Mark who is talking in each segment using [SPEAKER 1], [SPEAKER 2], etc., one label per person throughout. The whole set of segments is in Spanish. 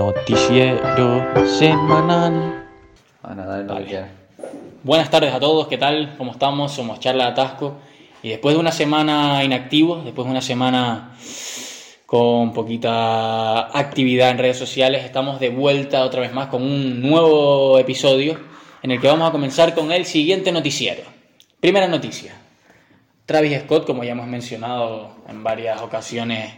[SPEAKER 1] Noticiero semanal.
[SPEAKER 2] Van a dar lo
[SPEAKER 1] Vale.
[SPEAKER 2] que quieran.
[SPEAKER 1] Buenas tardes a todos, ¿qué tal? ¿Cómo estamos? Somos Charla de Atasco. Y después de una semana inactivos, después de una semana con poquita actividad en redes sociales, estamos de vuelta otra vez más con un nuevo episodio en el que vamos a comenzar con el siguiente noticiero. Primera noticia. Travis Scott, como ya hemos mencionado en varias ocasiones,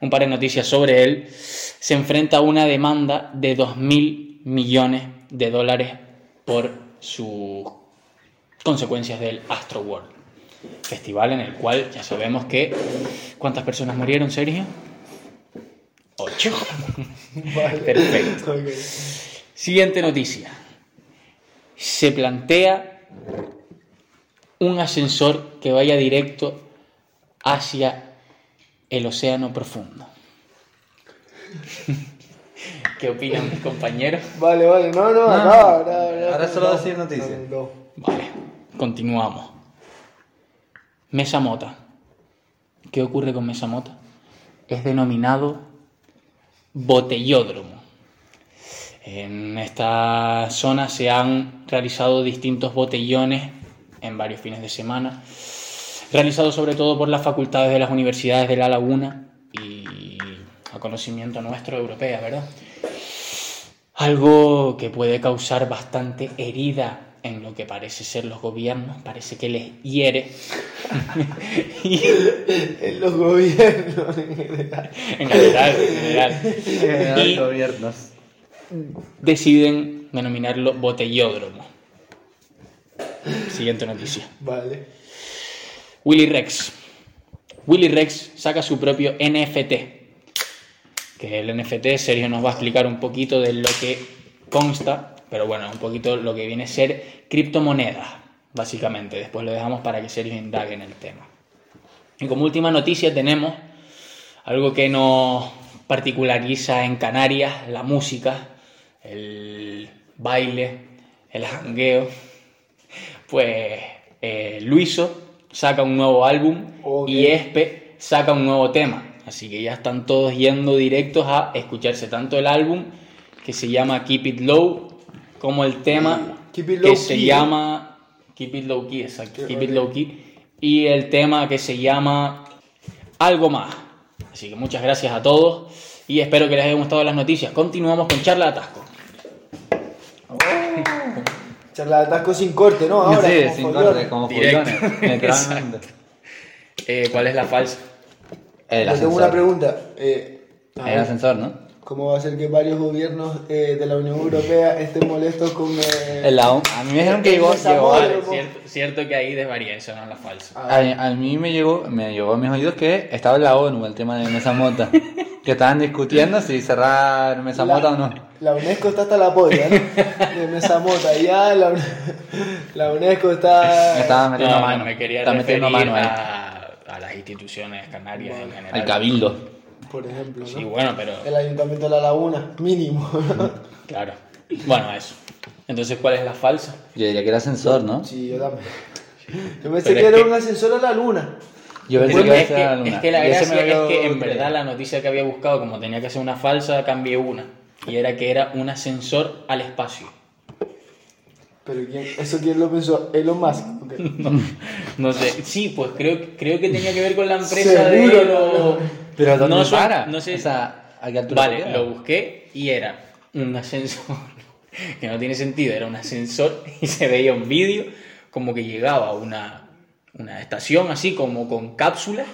[SPEAKER 1] un par de noticias sobre él, se enfrenta a una demanda de 2.000 millones de dólares por sus consecuencias del Astro World, festival en el cual ya sabemos que... ¿Cuántas personas murieron, Sergio? Ocho. Perfecto. Siguiente noticia. Se plantea un ascensor que vaya directo hacia el océano profundo. ¿Qué opinan mis compañeros?
[SPEAKER 3] Vale, vale, no, no,
[SPEAKER 2] No,
[SPEAKER 3] acá,
[SPEAKER 2] no. Ahora solo
[SPEAKER 3] no,
[SPEAKER 2] decir noticias.
[SPEAKER 3] no, no.
[SPEAKER 1] Vale, continuamos. Mesa Mota. ¿Qué ocurre con Mesa Mota? Es denominado botellódromo. En esta zona se han realizado distintos botellones en varios fines de semana, realizados sobre todo por las facultades de las universidades de La Laguna y a conocimiento nuestro europea, ¿verdad? Algo que puede causar bastante herida en lo que parece ser los gobiernos, parece que les hiere. Y-
[SPEAKER 3] En los gobiernos en general.
[SPEAKER 1] en general, en
[SPEAKER 3] Eh,
[SPEAKER 1] general.
[SPEAKER 2] Los
[SPEAKER 1] Y
[SPEAKER 2] gobiernos.
[SPEAKER 1] deciden denominarlo botellódromo. Siguiente noticia.
[SPEAKER 3] Vale.
[SPEAKER 1] Willy Rex. Willy Rex saca su propio NFT. Que el NFT, Sergio nos va a explicar un poquito de lo que consta, pero bueno, un poquito lo que viene a ser criptomonedas, básicamente. Después lo dejamos para que Sergio indague en el tema. Y como última noticia tenemos algo que nos particulariza en Canarias, la música, el baile, el jangueo. Pues eh, Luiso saca un nuevo álbum
[SPEAKER 3] Ok.
[SPEAKER 1] y Espe saca un nuevo tema. Así que ya están todos yendo directos a escucharse tanto el álbum que se llama Keep It Low como el tema
[SPEAKER 3] Keep It
[SPEAKER 1] que
[SPEAKER 3] Low
[SPEAKER 1] se
[SPEAKER 3] Key.
[SPEAKER 1] llama Keep It Low Key, exacto,
[SPEAKER 3] Qué
[SPEAKER 1] Keep It
[SPEAKER 3] rollo.
[SPEAKER 1] Low Key y el tema que se llama algo más. Así que muchas gracias a todos y espero que les hayan gustado las noticias. Continuamos con Charla de Atasco.
[SPEAKER 3] Charla de atasco sin corte, ¿no? Ahora.
[SPEAKER 2] sí,
[SPEAKER 3] como
[SPEAKER 2] sin
[SPEAKER 3] folclore.
[SPEAKER 2] corte, como
[SPEAKER 1] Directo.
[SPEAKER 2] follones, literalmente.
[SPEAKER 1] Eh, ¿Cuál es la falsa?
[SPEAKER 2] El
[SPEAKER 3] Yo tengo una
[SPEAKER 2] ascensor.
[SPEAKER 3] pregunta. Eh, a
[SPEAKER 2] El
[SPEAKER 3] ver,
[SPEAKER 2] ascensor, ¿no?
[SPEAKER 3] ¿Cómo va a ser que varios gobiernos eh, de la Unión Europea estén molestos con. eh,
[SPEAKER 2] El aún- a mí me dijeron que
[SPEAKER 3] El
[SPEAKER 2] llegó.
[SPEAKER 3] desamor.
[SPEAKER 2] llegó a,
[SPEAKER 3] Vale,
[SPEAKER 1] Ah, cierto, cierto que ahí desvaría, eso no es la falsa.
[SPEAKER 3] Ah,
[SPEAKER 2] a- a mí me llegó, me llegó a mis oídos que estaba en la ONU el tema de Mesa Mota. que estaban discutiendo si cerrar Mesa
[SPEAKER 3] la-
[SPEAKER 2] Mota o no.
[SPEAKER 3] La UNESCO está hasta la polla, ¿no? De Mesa Mota, ya la, la UNESCO
[SPEAKER 2] Me
[SPEAKER 3] está.
[SPEAKER 2] estaba metiendo
[SPEAKER 1] No, no,
[SPEAKER 2] mano.
[SPEAKER 1] me quería
[SPEAKER 2] estaba
[SPEAKER 1] referir
[SPEAKER 2] metiendo mano ahí.
[SPEAKER 1] a, a las instituciones canarias en general.
[SPEAKER 2] Al cabildo.
[SPEAKER 3] Por ejemplo, ¿no?
[SPEAKER 1] Sí, bueno, pero
[SPEAKER 3] El Ayuntamiento de La Laguna, mínimo. ¿no?
[SPEAKER 1] claro. Bueno, eso. Entonces, ¿cuál es la falsa?
[SPEAKER 2] Yo diría que era ascensor, ¿no?
[SPEAKER 3] Sí, yo también. Yo
[SPEAKER 1] Pero
[SPEAKER 3] pensé que
[SPEAKER 1] es
[SPEAKER 3] era
[SPEAKER 1] que-
[SPEAKER 3] un ascensor a la luna.
[SPEAKER 2] Yo pensé
[SPEAKER 1] Pero
[SPEAKER 2] que iba a
[SPEAKER 1] es,
[SPEAKER 2] ser
[SPEAKER 1] que,
[SPEAKER 2] la luna.
[SPEAKER 1] es que la
[SPEAKER 2] Y ese me
[SPEAKER 1] gracia es
[SPEAKER 2] lo
[SPEAKER 1] que en
[SPEAKER 2] creí.
[SPEAKER 1] verdad la noticia que había buscado, como tenía que ser una falsa, cambié una. Y era que era un ascensor al espacio.
[SPEAKER 3] Pero ¿quién, eso quién lo pensó? Elon Musk. ok.
[SPEAKER 1] No sé, sí, pues creo, creo que tenía que ver con la empresa
[SPEAKER 3] Seguro,
[SPEAKER 1] de los...
[SPEAKER 2] Pero ¿dónde
[SPEAKER 1] no sé-
[SPEAKER 2] para?
[SPEAKER 1] No sé,
[SPEAKER 2] O sea, ¿a qué altura
[SPEAKER 1] vale,
[SPEAKER 2] queda?
[SPEAKER 1] lo busqué y era un ascensor, que no tiene sentido, era un ascensor y se veía un vídeo como que llegaba a una, una estación así como con cápsulas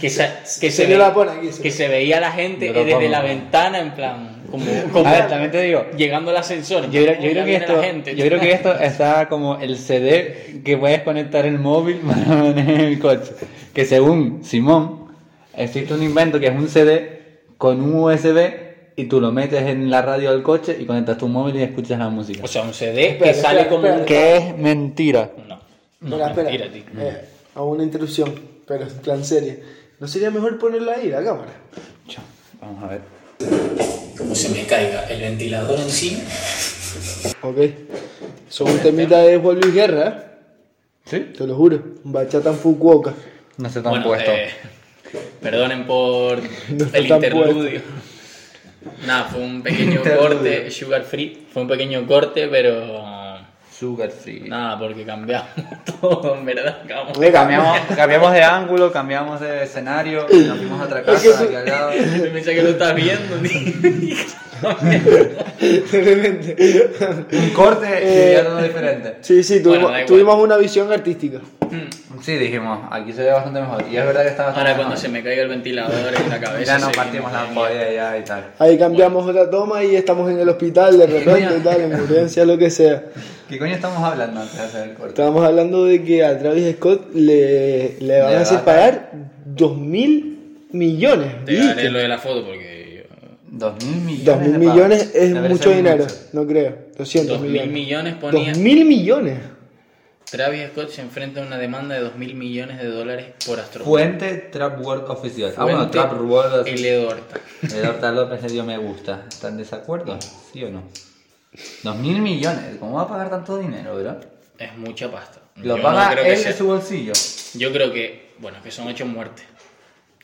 [SPEAKER 1] que se, que se,
[SPEAKER 3] Sergio
[SPEAKER 1] ve-
[SPEAKER 3] la pone aquí, Sergio.
[SPEAKER 1] que se veía la gente
[SPEAKER 2] Yo lo
[SPEAKER 1] desde
[SPEAKER 2] pongo.
[SPEAKER 1] la ventana en plan como, como
[SPEAKER 2] A ver, también te digo.
[SPEAKER 1] llegando al ascensor.
[SPEAKER 2] Yo creo,
[SPEAKER 1] ¿no?
[SPEAKER 2] yo
[SPEAKER 1] Ya
[SPEAKER 2] creo que
[SPEAKER 1] viene
[SPEAKER 2] esto,
[SPEAKER 1] la gente.
[SPEAKER 2] yo creo que esto está como el CD que puedes conectar el móvil para manejar el coche. Que según Simón, existe un invento que es un CD con un USB y tú lo metes en la radio del coche y conectas tu móvil y escuchas la música.
[SPEAKER 1] O sea, un CD
[SPEAKER 3] Espera,
[SPEAKER 1] que sale
[SPEAKER 3] espera,
[SPEAKER 1] como un...
[SPEAKER 3] espera.
[SPEAKER 2] que es mentira.
[SPEAKER 1] No, no,
[SPEAKER 3] Espera, espera.
[SPEAKER 1] mentira, tío. Mm.
[SPEAKER 3] Eh, a una interrupción, pero en plan seria. ¿No sería mejor ponerla ahí, la cámara?
[SPEAKER 2] Chao. Vamos a ver.
[SPEAKER 1] Como se me caiga el ventilador encima.
[SPEAKER 3] Ok. Son un temita de Juan Luis Guerra,
[SPEAKER 2] ¿Sí?
[SPEAKER 3] ¿eh? te lo juro. Bachata en Fukuoka.
[SPEAKER 2] No se tan
[SPEAKER 1] Bueno,
[SPEAKER 2] puesto.
[SPEAKER 1] eh, perdonen por
[SPEAKER 3] No está
[SPEAKER 1] el
[SPEAKER 3] tan
[SPEAKER 1] interludio. Nada, fue un pequeño
[SPEAKER 2] Interludio.
[SPEAKER 1] corte, sugar free. Fue un pequeño corte, pero.
[SPEAKER 2] Sugar free.
[SPEAKER 1] Nada, porque cambiamos todo, en verdad. Acabamos.
[SPEAKER 2] Le cambiamos, cambiamos de ángulo, cambiamos de escenario, nos fuimos a otra casa aquí al lado.
[SPEAKER 1] Yo pensé que lo estás viendo, ni.
[SPEAKER 3] De repente.
[SPEAKER 2] Un corte
[SPEAKER 3] Eh,
[SPEAKER 2] liviano diferente.
[SPEAKER 3] Sí, sí, tuvimos,
[SPEAKER 1] Bueno, da igual.
[SPEAKER 3] tuvimos una visión artística.
[SPEAKER 2] Sí, dijimos, aquí se ve bastante mejor. Y es verdad que está bastante
[SPEAKER 1] Ahora cuando
[SPEAKER 2] mejor.
[SPEAKER 1] se me caiga el ventilador en la cabeza.
[SPEAKER 2] Ya nos
[SPEAKER 1] seguimos
[SPEAKER 2] partimos la
[SPEAKER 1] ahí.
[SPEAKER 2] polla ya y tal.
[SPEAKER 3] Ahí cambiamos otra toma y estamos en el hospital de repente,
[SPEAKER 2] Coño.
[SPEAKER 3] tal, en urgencia, lo que sea.
[SPEAKER 2] ¿Qué coño estamos hablando antes de hacer el corte?
[SPEAKER 3] Estábamos hablando de que a Travis Scott le, le van
[SPEAKER 2] Le
[SPEAKER 3] a
[SPEAKER 2] va
[SPEAKER 3] hacer
[SPEAKER 2] a dar.
[SPEAKER 3] pagar 2 mil millones.
[SPEAKER 1] Te daré lo de la foto porque. yo-
[SPEAKER 2] Dos mil millones.
[SPEAKER 3] 2 mil
[SPEAKER 2] de pavos.
[SPEAKER 3] millones es
[SPEAKER 2] Debería
[SPEAKER 3] mucho
[SPEAKER 2] ser
[SPEAKER 3] dinero, no creo. 200
[SPEAKER 1] Dos mil
[SPEAKER 3] millones.
[SPEAKER 1] millones ponía.
[SPEAKER 3] 2 mil millones.
[SPEAKER 1] Travis Scott se enfrenta a una demanda de 2 mil millones de dólares por Astro.
[SPEAKER 2] Fuente Trap World Oficial. Ah, bueno, Trap World
[SPEAKER 1] Y
[SPEAKER 2] Oficial.
[SPEAKER 1] Leo Horta.
[SPEAKER 2] El Horta López le dio me gusta. ¿Están en desacuerdo? ¿Sí o no? Dos mil millones. ¿Cómo va a pagar tanto dinero, bro?
[SPEAKER 1] Es mucha pasta.
[SPEAKER 2] Lo
[SPEAKER 1] Yo
[SPEAKER 2] paga
[SPEAKER 1] no creo que
[SPEAKER 2] él
[SPEAKER 1] sea-
[SPEAKER 2] de su bolsillo.
[SPEAKER 1] Yo creo que, bueno, que son 8 muertes.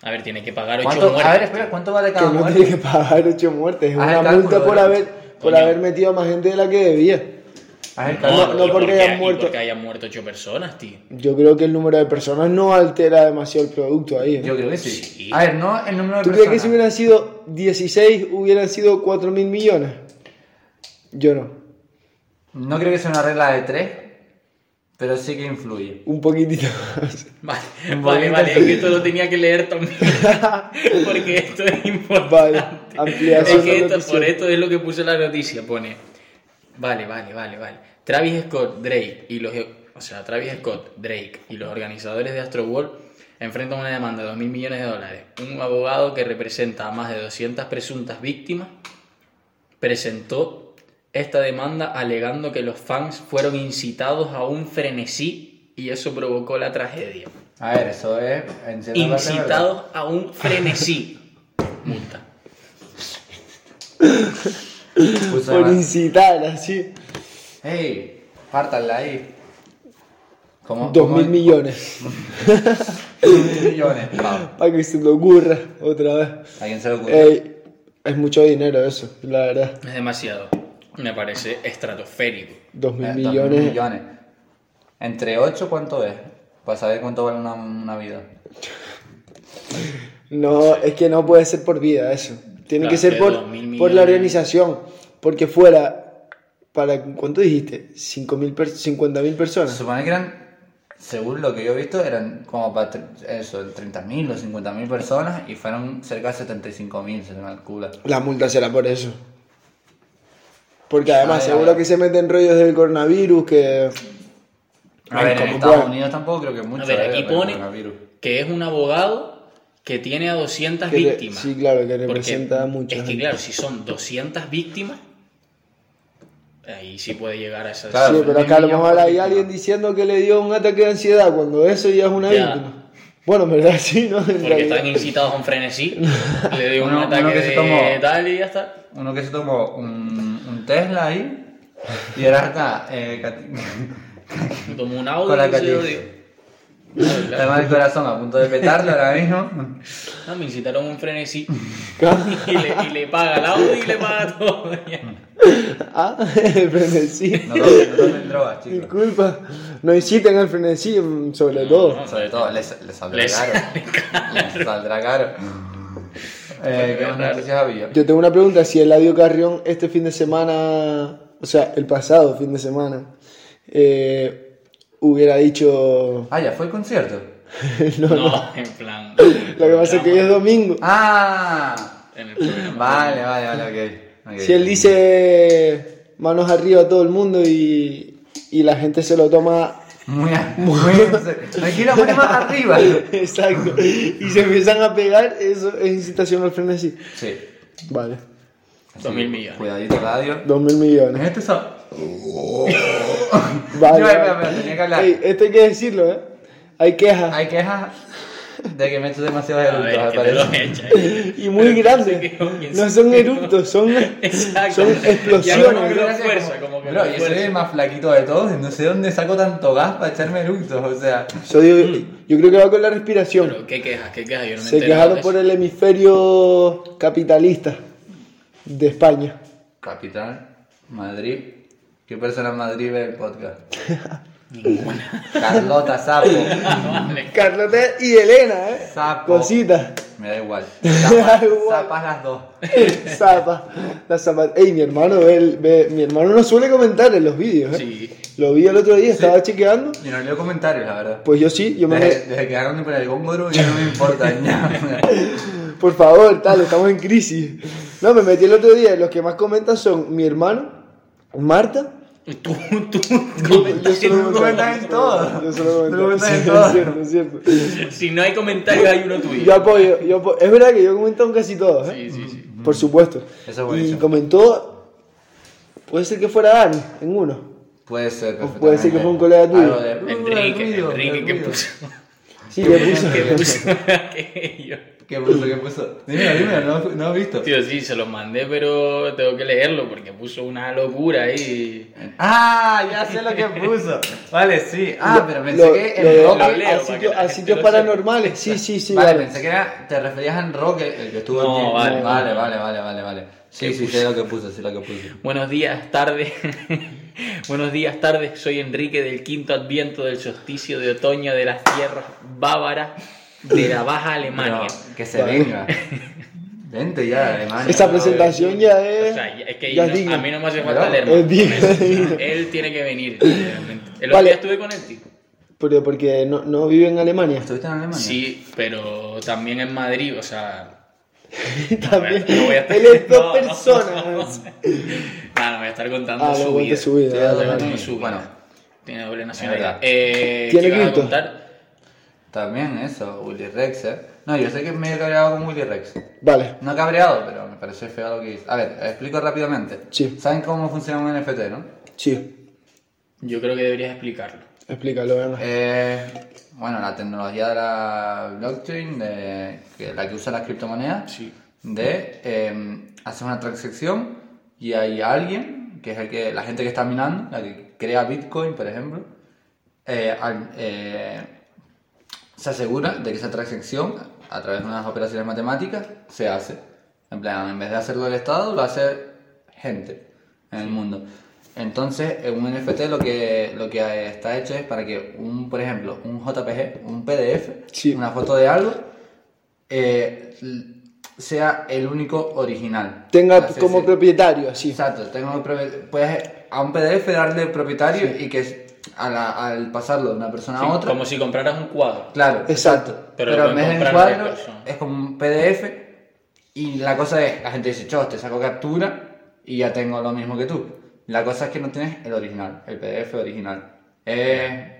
[SPEAKER 1] A ver, tiene que pagar 8
[SPEAKER 2] ¿Cuánto,
[SPEAKER 1] muertes.
[SPEAKER 2] a ver, espera, ¿cuánto vale
[SPEAKER 3] Que
[SPEAKER 2] cada
[SPEAKER 3] no tiene
[SPEAKER 2] muerte?
[SPEAKER 3] que pagar 8 muertes. Es
[SPEAKER 2] Haz el
[SPEAKER 3] una
[SPEAKER 2] cálculo,
[SPEAKER 3] multa por
[SPEAKER 2] ¿verdad?
[SPEAKER 3] haber, por
[SPEAKER 1] Coño.
[SPEAKER 3] haber metido a más gente de la que debía.
[SPEAKER 2] A ver,
[SPEAKER 1] No,
[SPEAKER 2] Carlos.
[SPEAKER 3] no
[SPEAKER 1] y
[SPEAKER 3] porque
[SPEAKER 1] y
[SPEAKER 3] hayan muerto.
[SPEAKER 1] Porque hayan muerto 8 personas, tío.
[SPEAKER 3] Yo creo que el número de personas no altera demasiado el producto ahí. ¿eh?
[SPEAKER 2] Yo creo que sí.
[SPEAKER 1] Sí.
[SPEAKER 2] A ver, no el número de
[SPEAKER 3] ¿Tú crees que
[SPEAKER 2] personas.
[SPEAKER 3] si hubieran sido 16 hubieran sido 4 mil millones? Yo no.
[SPEAKER 2] No creo que sea una regla de tres, pero sí que influye.
[SPEAKER 3] Un poquitito más.
[SPEAKER 1] Vale,
[SPEAKER 2] Un
[SPEAKER 1] vale,
[SPEAKER 2] momento.
[SPEAKER 1] vale, es que esto lo tenía que leer también. porque esto es importante.
[SPEAKER 3] Vale, ampliación
[SPEAKER 1] Es que
[SPEAKER 3] de
[SPEAKER 1] esto-
[SPEAKER 3] noticia.
[SPEAKER 1] por esto es lo que puse la noticia, pone. Vale, vale, vale, vale. Travis Scott, Drake y los o sea, Travis Scott, Drake y los organizadores de Astro World enfrentan una demanda de 2.000 millones de dólares. Un abogado que representa a más de 200 presuntas víctimas presentó esta demanda alegando que los fans fueron incitados a un frenesí y eso provocó la tragedia.
[SPEAKER 2] A ver, eso es. En cierta parte, ¿verdad?
[SPEAKER 1] Incitados a un frenesí. Multa.
[SPEAKER 2] Puso
[SPEAKER 3] Por
[SPEAKER 2] además-
[SPEAKER 3] incitar, así.
[SPEAKER 2] ¡Ey! Pártanla ahí. Como,
[SPEAKER 3] 2 mil millones.
[SPEAKER 2] millones. pavo.
[SPEAKER 3] Para que se te ocurra otra vez.
[SPEAKER 2] ¿A quién se le ocurre?
[SPEAKER 3] Ey, es mucho dinero eso, la verdad.
[SPEAKER 1] Es demasiado. Me parece estratosférico.
[SPEAKER 3] 2
[SPEAKER 2] Eh,
[SPEAKER 3] mil
[SPEAKER 2] dos
[SPEAKER 3] millones.
[SPEAKER 2] millones. Entre 8, ¿cuánto es? Para saber cuánto vale una, una vida.
[SPEAKER 3] No, es que no puede ser por vida eso. Tiene
[SPEAKER 1] Claro,
[SPEAKER 3] que ser
[SPEAKER 1] que
[SPEAKER 3] por,
[SPEAKER 1] 2.000
[SPEAKER 3] por la
[SPEAKER 1] millones.
[SPEAKER 3] organización. Porque fuera, para ¿cuánto dijiste? 5.000 per- 50.000
[SPEAKER 2] Se
[SPEAKER 3] personas.
[SPEAKER 2] supone que eran, según lo que yo he visto, eran como para tre- eso, 30.000 o 50.000 personas y fueron cerca de 75.000, se me calcula.
[SPEAKER 3] La multa será por eso. Porque además
[SPEAKER 2] Ay,
[SPEAKER 3] seguro
[SPEAKER 2] ay.
[SPEAKER 3] que se meten rollos del coronavirus, que...
[SPEAKER 2] A ver, en
[SPEAKER 3] ¿cómo
[SPEAKER 2] Estados
[SPEAKER 3] puedo?
[SPEAKER 2] Unidos tampoco creo que mucho.
[SPEAKER 1] A ver,
[SPEAKER 2] eh,
[SPEAKER 1] aquí
[SPEAKER 2] por el
[SPEAKER 1] pone
[SPEAKER 2] coronavirus.
[SPEAKER 1] que es un abogado que tiene a 200
[SPEAKER 3] que re-
[SPEAKER 1] víctimas.
[SPEAKER 3] sí, claro, que
[SPEAKER 1] Porque
[SPEAKER 3] representa mucho.
[SPEAKER 1] Es que, claro, si son 200 víctimas, ahí sí puede llegar a esa.
[SPEAKER 2] Claro,
[SPEAKER 3] sí, pero acá a lo mejor hay
[SPEAKER 2] víctimas.
[SPEAKER 3] alguien diciendo que le dio un ataque de ansiedad cuando eso ya es una
[SPEAKER 1] Ya.
[SPEAKER 3] víctima. Bueno, en verdad sí, ¿no? En
[SPEAKER 1] Porque
[SPEAKER 3] realidad.
[SPEAKER 1] están incitados a un frenesí. Le dio un
[SPEAKER 2] Uno- uno
[SPEAKER 1] ataque
[SPEAKER 2] que se
[SPEAKER 1] de
[SPEAKER 2] tomó.
[SPEAKER 1] tal y ya está.
[SPEAKER 2] Uno que se tomó un, un Tesla ahí y era hasta eh, cati-
[SPEAKER 1] Tomó un
[SPEAKER 2] Con
[SPEAKER 1] audio
[SPEAKER 2] la
[SPEAKER 1] y se lo
[SPEAKER 2] catifa.
[SPEAKER 1] dio. Claro, claro.
[SPEAKER 2] Además el corazón a punto de petarlo ahora mismo.
[SPEAKER 1] Ah, me incitaron a un frenesí. y, le, y le paga el audio y le paga todo.
[SPEAKER 3] Ah, el frenesí.
[SPEAKER 2] No tomen, no tomen drogas, chicos.
[SPEAKER 3] Disculpa. No inciten al frenesí, mm, sobre todo.
[SPEAKER 2] Sobre todo, les, les saldrá
[SPEAKER 1] Les
[SPEAKER 2] caro. Les saldrá caro. Eh, ¿Qué más noticias había?
[SPEAKER 3] Yo tengo una pregunta, si Eladio Carrión este fin de semana, o sea, el pasado fin de semana, eh, hubiera dicho...
[SPEAKER 2] Ah, ya fue el concierto.
[SPEAKER 3] no, no.
[SPEAKER 1] No, en plan.
[SPEAKER 3] Lo que pasa es que hoy es domingo.
[SPEAKER 2] Ah,
[SPEAKER 1] En el programa.
[SPEAKER 2] vale, vale, vale, ok. ok.
[SPEAKER 3] Si él dice manos arriba a todo el mundo y, y la gente se lo toma...
[SPEAKER 2] Muy, a- muy en serio. Me quiero poner más arriba.
[SPEAKER 3] Exacto. Y se empiezan a pegar, eso es incitación al frenesí.
[SPEAKER 2] Sí.
[SPEAKER 3] Vale.
[SPEAKER 1] Dos mil millones.
[SPEAKER 3] pues,
[SPEAKER 2] Cuidadito, radio.
[SPEAKER 3] Dos mil millones.
[SPEAKER 2] Este son.
[SPEAKER 3] Vale.
[SPEAKER 2] Yo, espera,
[SPEAKER 3] vale.
[SPEAKER 2] espera, tenía que hablar.
[SPEAKER 3] Ey, esto hay que decirlo, ¿eh? Hay quejas.
[SPEAKER 2] Hay quejas de que me he hecho demasiados
[SPEAKER 1] A
[SPEAKER 2] eructos,
[SPEAKER 1] ver,
[SPEAKER 2] al
[SPEAKER 1] que te lo
[SPEAKER 2] parecer.
[SPEAKER 1] echa. ¿eh?
[SPEAKER 3] Y muy grandes. No son eructos, son,
[SPEAKER 1] Exacto. Y
[SPEAKER 3] son
[SPEAKER 1] ahora no
[SPEAKER 3] explosiones.
[SPEAKER 1] creo
[SPEAKER 2] Gracias, como-
[SPEAKER 1] fuerza, como que
[SPEAKER 2] Bro,
[SPEAKER 1] no
[SPEAKER 2] yo soy
[SPEAKER 1] fuerza.
[SPEAKER 2] el más flaquito de todos y no sé dónde saco tanto gas para echarme eructos, o sea.
[SPEAKER 3] Yo, digo-
[SPEAKER 2] Mm.
[SPEAKER 3] yo creo que va con la respiración.
[SPEAKER 1] Pero, ¿Qué quejas? ¿Qué quejas? Yo no me
[SPEAKER 3] Se
[SPEAKER 1] entero de
[SPEAKER 3] quejaron
[SPEAKER 1] eso.
[SPEAKER 3] por el hemisferio capitalista. de España.
[SPEAKER 2] Capital, Madrid. ¿Qué persona en Madrid ve el podcast? Ninguna. Carlota Sapo.
[SPEAKER 3] Carlota y Elena, ¿eh?
[SPEAKER 2] Sapo.
[SPEAKER 3] Cosita.
[SPEAKER 2] Me da igual.
[SPEAKER 3] da
[SPEAKER 2] Zapas,
[SPEAKER 3] igual.
[SPEAKER 2] zapas las dos.
[SPEAKER 3] Zapa. La zapa. Ey, mi hermano, ve el- ve- mi hermano no suele comentar en los vídeos, ¿eh?
[SPEAKER 1] Sí.
[SPEAKER 3] Lo vi el otro día, estaba chequeando.
[SPEAKER 2] Yo no leo comentarios, la verdad.
[SPEAKER 3] Pues yo sí, yo me...
[SPEAKER 2] Desde, desde que ganaron por el Góngoro ya no me importa. ya.
[SPEAKER 3] Por favor, tal, estamos en crisis. No, me metí el otro día. Los que más comentan son mi hermano, Marta.
[SPEAKER 1] Tú, tú,
[SPEAKER 3] Yo solo
[SPEAKER 2] Tú comentas en todo.
[SPEAKER 3] Yo solo
[SPEAKER 2] Tú
[SPEAKER 3] comento.
[SPEAKER 2] comentas
[SPEAKER 3] Sí,
[SPEAKER 2] en todo.
[SPEAKER 3] es cierto, es cierto.
[SPEAKER 1] si no hay comentarios, hay uno
[SPEAKER 3] Yo
[SPEAKER 1] tuyo.
[SPEAKER 3] apoyo, yo apo- Es verdad que yo comento en casi todos,
[SPEAKER 1] Sí,
[SPEAKER 3] ¿eh?
[SPEAKER 1] sí, sí.
[SPEAKER 3] Por supuesto.
[SPEAKER 2] Eso es
[SPEAKER 3] y
[SPEAKER 2] buenísimo.
[SPEAKER 3] comentó, puede ser que fuera Dani, en uno.
[SPEAKER 2] Puede ser.
[SPEAKER 3] O puede ser que fue un colega tuyo.
[SPEAKER 2] Algo de- "Uh,
[SPEAKER 1] Enrique,
[SPEAKER 2] ruido,
[SPEAKER 1] Enrique, que
[SPEAKER 2] ruido.
[SPEAKER 1] puso.
[SPEAKER 3] Sí, le puso.
[SPEAKER 1] Que puso aquello.
[SPEAKER 2] ¿Qué puso? ¿Qué puso? Dímelo, dímelo, no, no he visto.
[SPEAKER 1] Tío, sí, se los mandé, pero tengo que leerlo porque puso una locura ahí.
[SPEAKER 2] Ah, ya sé lo que puso. Vale, sí. Ah, pero pensé
[SPEAKER 3] Lo-
[SPEAKER 2] que
[SPEAKER 3] lo-
[SPEAKER 2] en
[SPEAKER 3] lo-
[SPEAKER 2] Roque.
[SPEAKER 1] Lo leo para
[SPEAKER 3] a
[SPEAKER 1] que
[SPEAKER 3] sitio-
[SPEAKER 1] la
[SPEAKER 3] a
[SPEAKER 1] gente
[SPEAKER 3] sitios
[SPEAKER 1] lo sepa.
[SPEAKER 3] paranormales. Sí, sí, sí.
[SPEAKER 2] vale,
[SPEAKER 3] Vale,
[SPEAKER 2] pensé que era, te referías a Roque, el que estuvo
[SPEAKER 1] No,
[SPEAKER 2] aquí.
[SPEAKER 1] vale.
[SPEAKER 2] vale, vale, vale, vale, vale. Sí, sí, sé lo que puso, sé lo que puso.
[SPEAKER 1] Buenos días, tardes. Buenos días, tardes. Soy Enrique del quinto adviento del solsticio de otoño de las tierras bávaras de la Baja Alemania.
[SPEAKER 2] Pero que se venga. Vente ya, de Alemania.
[SPEAKER 3] Esa
[SPEAKER 2] bro.
[SPEAKER 3] presentación ya es.
[SPEAKER 1] O sea, ya- es que
[SPEAKER 3] ya
[SPEAKER 1] no-
[SPEAKER 3] es digna.
[SPEAKER 1] a mí no me hace falta
[SPEAKER 2] Pero-
[SPEAKER 1] leer.
[SPEAKER 3] Es digna,
[SPEAKER 1] más.
[SPEAKER 3] es digna.
[SPEAKER 1] Él tiene que venir. literalmente. El otro
[SPEAKER 3] Vale.
[SPEAKER 1] día estuve con él, tío.
[SPEAKER 3] Pero porque no, no vive en Alemania.
[SPEAKER 2] ¿Estuviste en Alemania?
[SPEAKER 1] Sí, pero también en Madrid, o sea.
[SPEAKER 3] También.
[SPEAKER 1] no voy a estar-
[SPEAKER 3] Él es dos
[SPEAKER 1] no, no,
[SPEAKER 3] personas.
[SPEAKER 1] Nada, voy a estar contando
[SPEAKER 3] Ah,
[SPEAKER 1] su,
[SPEAKER 3] luego
[SPEAKER 1] vida.
[SPEAKER 3] de su vida,
[SPEAKER 1] Te voy a
[SPEAKER 3] vale,
[SPEAKER 1] contar
[SPEAKER 2] vale.
[SPEAKER 1] su vida.
[SPEAKER 2] Bueno.
[SPEAKER 1] Tiene doble nacionalidad.
[SPEAKER 2] verdad.
[SPEAKER 1] Eh,
[SPEAKER 3] Tiene
[SPEAKER 1] ¿qué ibas a
[SPEAKER 3] grito.
[SPEAKER 1] contar?
[SPEAKER 2] También eso, Willy Rex, ¿eh? No, yo sé que me he cabreado con Willy Rex.
[SPEAKER 3] Vale.
[SPEAKER 2] No cabreado, pero me parece feo lo que dice. A ver, explico rápidamente.
[SPEAKER 3] Sí.
[SPEAKER 2] ¿Saben cómo funciona un NFT, no?
[SPEAKER 3] Sí.
[SPEAKER 1] Yo creo que deberías explicarlo.
[SPEAKER 3] Explícalo, venga.
[SPEAKER 2] Eh, bueno, la tecnología de la blockchain, de, que, la que usa las criptomonedas,
[SPEAKER 1] Sí.
[SPEAKER 2] de eh, haces una transacción y hay alguien, que es el que, la gente que está minando, la que crea Bitcoin, por ejemplo, eh, al- eh, se asegura de que esa transacción, a través de unas operaciones matemáticas, se hace. En plan, en vez de hacerlo el Estado, lo hace gente en el mundo. Entonces, en un NFT lo que, lo que está hecho es para que, un, por ejemplo, un JPG, un PDF,
[SPEAKER 3] Sí.
[SPEAKER 2] una foto de algo, eh, l- sea el único original.
[SPEAKER 3] Tenga
[SPEAKER 2] Así
[SPEAKER 3] como
[SPEAKER 2] es.
[SPEAKER 3] propietario, así.
[SPEAKER 2] ah, Exacto, tengo un propi- puedes a un PDF darle propietario y que a la- al pasarlo de una persona
[SPEAKER 1] Sí,
[SPEAKER 2] a otra.
[SPEAKER 1] Como si compraras un cuadro.
[SPEAKER 2] Claro,
[SPEAKER 3] Exacto.
[SPEAKER 1] Pero
[SPEAKER 2] Pero,
[SPEAKER 1] lo
[SPEAKER 2] en
[SPEAKER 1] pueden
[SPEAKER 2] vez de en
[SPEAKER 1] comprar varias
[SPEAKER 2] cuadro,
[SPEAKER 1] personas.
[SPEAKER 2] es como un PDF. Y la cosa es, la gente dice, chos, te saco captura y ya tengo lo mismo que tú. La cosa es que no tienes el original, el PDF original. Eh,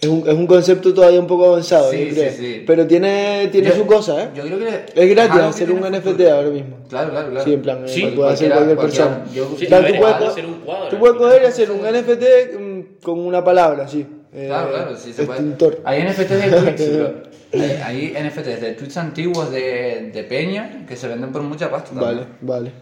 [SPEAKER 3] Es un, es un concepto todavía un poco avanzado,
[SPEAKER 2] Sí,
[SPEAKER 3] yo creo.
[SPEAKER 2] sí, sí.
[SPEAKER 3] Pero tiene, tiene
[SPEAKER 2] yo-
[SPEAKER 3] su cosa, ¿eh?
[SPEAKER 2] Yo creo que
[SPEAKER 3] es gratis
[SPEAKER 2] algo que
[SPEAKER 3] hacer un
[SPEAKER 2] tiene
[SPEAKER 3] NFT
[SPEAKER 2] futuro.
[SPEAKER 3] ahora mismo.
[SPEAKER 2] Claro, claro, claro.
[SPEAKER 3] Sí, en plan,
[SPEAKER 1] Sí,
[SPEAKER 3] eh, lo puede hacer
[SPEAKER 2] cualquiera-
[SPEAKER 3] cualquier
[SPEAKER 2] cualquiera.
[SPEAKER 3] persona.
[SPEAKER 2] Yo-
[SPEAKER 1] Sí,
[SPEAKER 3] Claro,
[SPEAKER 1] a ver,
[SPEAKER 3] tú puedes,
[SPEAKER 1] vale
[SPEAKER 3] co-
[SPEAKER 1] hacer un cuadro,
[SPEAKER 3] tú
[SPEAKER 1] al
[SPEAKER 3] puedes
[SPEAKER 1] final.
[SPEAKER 3] coger y hacer un NFT mm, con una palabra, así. eh,
[SPEAKER 2] Claro, claro, sí se puede.
[SPEAKER 3] extintor.
[SPEAKER 2] Hay NFTs de Twitch, bro. Hay, hay NFTs de Twitch antiguos de, de Peña que se venden por mucha pasta. también.
[SPEAKER 3] Vale, vale.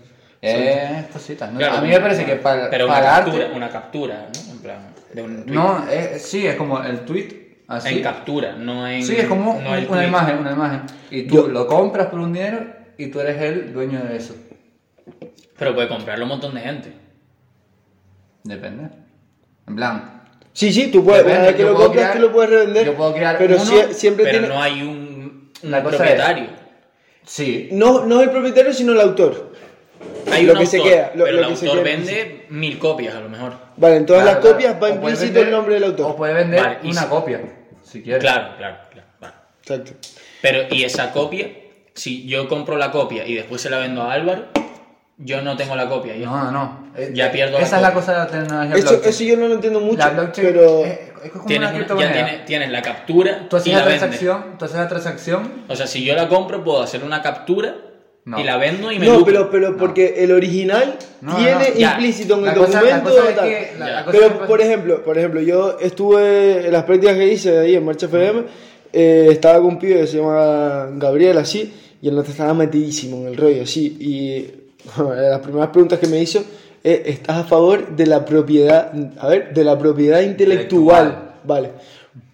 [SPEAKER 2] Eh, cositas. ¿no?
[SPEAKER 1] Claro,
[SPEAKER 2] a mí me parece que para,
[SPEAKER 1] Pero una
[SPEAKER 2] para
[SPEAKER 1] captura,
[SPEAKER 2] arte-
[SPEAKER 1] una captura, ¿no? En plan, de un tweet.
[SPEAKER 2] No, es- sí, es como el tweet. Así.
[SPEAKER 1] En captura, no en.
[SPEAKER 2] Sí, es como
[SPEAKER 1] no el
[SPEAKER 2] una
[SPEAKER 1] tweet.
[SPEAKER 2] imagen, una imagen. Y tú
[SPEAKER 3] Yo-
[SPEAKER 2] lo compras por un dinero y tú eres el dueño de eso.
[SPEAKER 1] Pero puede comprarlo un montón de gente.
[SPEAKER 2] Depende. En plan.
[SPEAKER 3] Sí, sí, tú puedes.
[SPEAKER 2] Depende,
[SPEAKER 3] una vez que
[SPEAKER 2] yo
[SPEAKER 3] lo
[SPEAKER 2] puedo
[SPEAKER 3] compras,
[SPEAKER 2] crear-
[SPEAKER 3] tú lo puedes revender.
[SPEAKER 2] yo puedo crear
[SPEAKER 3] Pero
[SPEAKER 2] uno,
[SPEAKER 3] sie- siempre
[SPEAKER 1] Pero
[SPEAKER 3] tiene.
[SPEAKER 1] no hay un, un
[SPEAKER 2] La cosa
[SPEAKER 1] propietario.
[SPEAKER 2] Sí.
[SPEAKER 3] No, no es el propietario, sino el autor.
[SPEAKER 1] Hay
[SPEAKER 3] Lo
[SPEAKER 1] un
[SPEAKER 3] que
[SPEAKER 1] autor,
[SPEAKER 3] se queda, lo-
[SPEAKER 1] pero
[SPEAKER 3] lo
[SPEAKER 1] el
[SPEAKER 3] que se
[SPEAKER 1] autor
[SPEAKER 3] queda.
[SPEAKER 1] vende mil copias a lo mejor.
[SPEAKER 3] Vale, en todas
[SPEAKER 2] Claro,
[SPEAKER 3] las
[SPEAKER 2] claro.
[SPEAKER 3] copias va
[SPEAKER 2] O puedes
[SPEAKER 3] implícito
[SPEAKER 2] vender-
[SPEAKER 3] el nombre del
[SPEAKER 2] O
[SPEAKER 3] autor.
[SPEAKER 2] puedes vender
[SPEAKER 1] Vale, y
[SPEAKER 2] una
[SPEAKER 1] si-
[SPEAKER 2] copia, si quieres.
[SPEAKER 1] Claro, claro, claro. vale.
[SPEAKER 3] Exacto.
[SPEAKER 1] Pero, y esa copia, si yo compro la copia y después se la vendo a Álvaro, yo no tengo la copia. yo-
[SPEAKER 2] No, no, no. Eh,
[SPEAKER 1] Ya pierdo la
[SPEAKER 2] Esa es la
[SPEAKER 1] copia.
[SPEAKER 2] cosa de la tecnología
[SPEAKER 3] Eso,
[SPEAKER 2] blockchain.
[SPEAKER 3] eso yo no lo entiendo mucho.
[SPEAKER 2] la blockchain
[SPEAKER 3] Pero.
[SPEAKER 2] es, es como
[SPEAKER 1] tienes,
[SPEAKER 2] una
[SPEAKER 1] una- ya
[SPEAKER 2] criptomoneda.
[SPEAKER 1] tienes, tienes la captura
[SPEAKER 2] Tú haces
[SPEAKER 1] y
[SPEAKER 2] la
[SPEAKER 1] la vendes.
[SPEAKER 2] transacción, tú haces la transacción.
[SPEAKER 1] O sea, si yo la compro, puedo hacer una captura
[SPEAKER 2] No.
[SPEAKER 1] y la vendo y me
[SPEAKER 3] No,
[SPEAKER 1] lucro.
[SPEAKER 3] pero, pero porque el original
[SPEAKER 2] No,
[SPEAKER 3] tiene
[SPEAKER 2] no,
[SPEAKER 1] ya.
[SPEAKER 3] implícito en
[SPEAKER 2] La
[SPEAKER 3] el
[SPEAKER 2] cosa- la
[SPEAKER 3] documento.
[SPEAKER 2] cosa es
[SPEAKER 3] tal.
[SPEAKER 2] que- la- la cosa es
[SPEAKER 3] pero,
[SPEAKER 2] que-
[SPEAKER 3] por ejemplo, por ejemplo, yo estuve en las prácticas que hice ahí en Marcha FM, eh, estaba con un pibe que se llama Gabriel, así, y él no estaba metidísimo en el rollo, así. Y una de las primeras preguntas que me hizo es: ¿estás a favor de la propiedad, a ver, de la propiedad intelectual?
[SPEAKER 2] Intelectual.
[SPEAKER 3] Vale.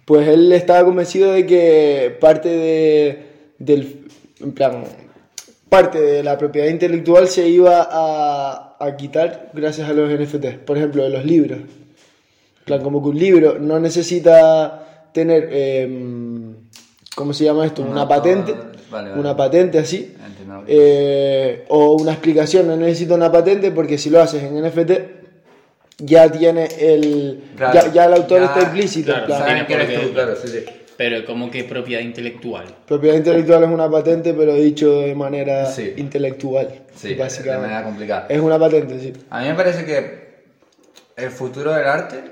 [SPEAKER 3] Pues él estaba convencido de que parte de, del. En plan, parte de la propiedad intelectual se iba a, a quitar gracias a los NFTs. Por ejemplo, de los libros. En plan, como que un libro no necesita tener, eh, ¿cómo se llama esto? Una,
[SPEAKER 2] Una-
[SPEAKER 3] patente.
[SPEAKER 2] Ah, vale, Ah, vale.
[SPEAKER 3] Una patente así.
[SPEAKER 2] Entiendo lo que-
[SPEAKER 3] Eh, o una explicación, no necesito una patente porque si lo haces en NFT ya tiene el...
[SPEAKER 2] Claro,
[SPEAKER 3] ya, ya el autor
[SPEAKER 2] ya,
[SPEAKER 3] está implícito.
[SPEAKER 1] claro,
[SPEAKER 3] en plan.
[SPEAKER 1] sabe-
[SPEAKER 2] Saben
[SPEAKER 1] tiene
[SPEAKER 2] que eres
[SPEAKER 1] por
[SPEAKER 2] tú,
[SPEAKER 1] qué.
[SPEAKER 2] claro, sí, sí.
[SPEAKER 1] Pero como que propiedad intelectual.
[SPEAKER 3] Propiedad intelectual es una patente, pero dicho de manera
[SPEAKER 2] Sí.
[SPEAKER 3] intelectual.
[SPEAKER 2] Sí, de
[SPEAKER 3] básicamente.
[SPEAKER 2] manera complicada.
[SPEAKER 3] Es una patente, sí.
[SPEAKER 2] A mí me parece que el futuro del arte,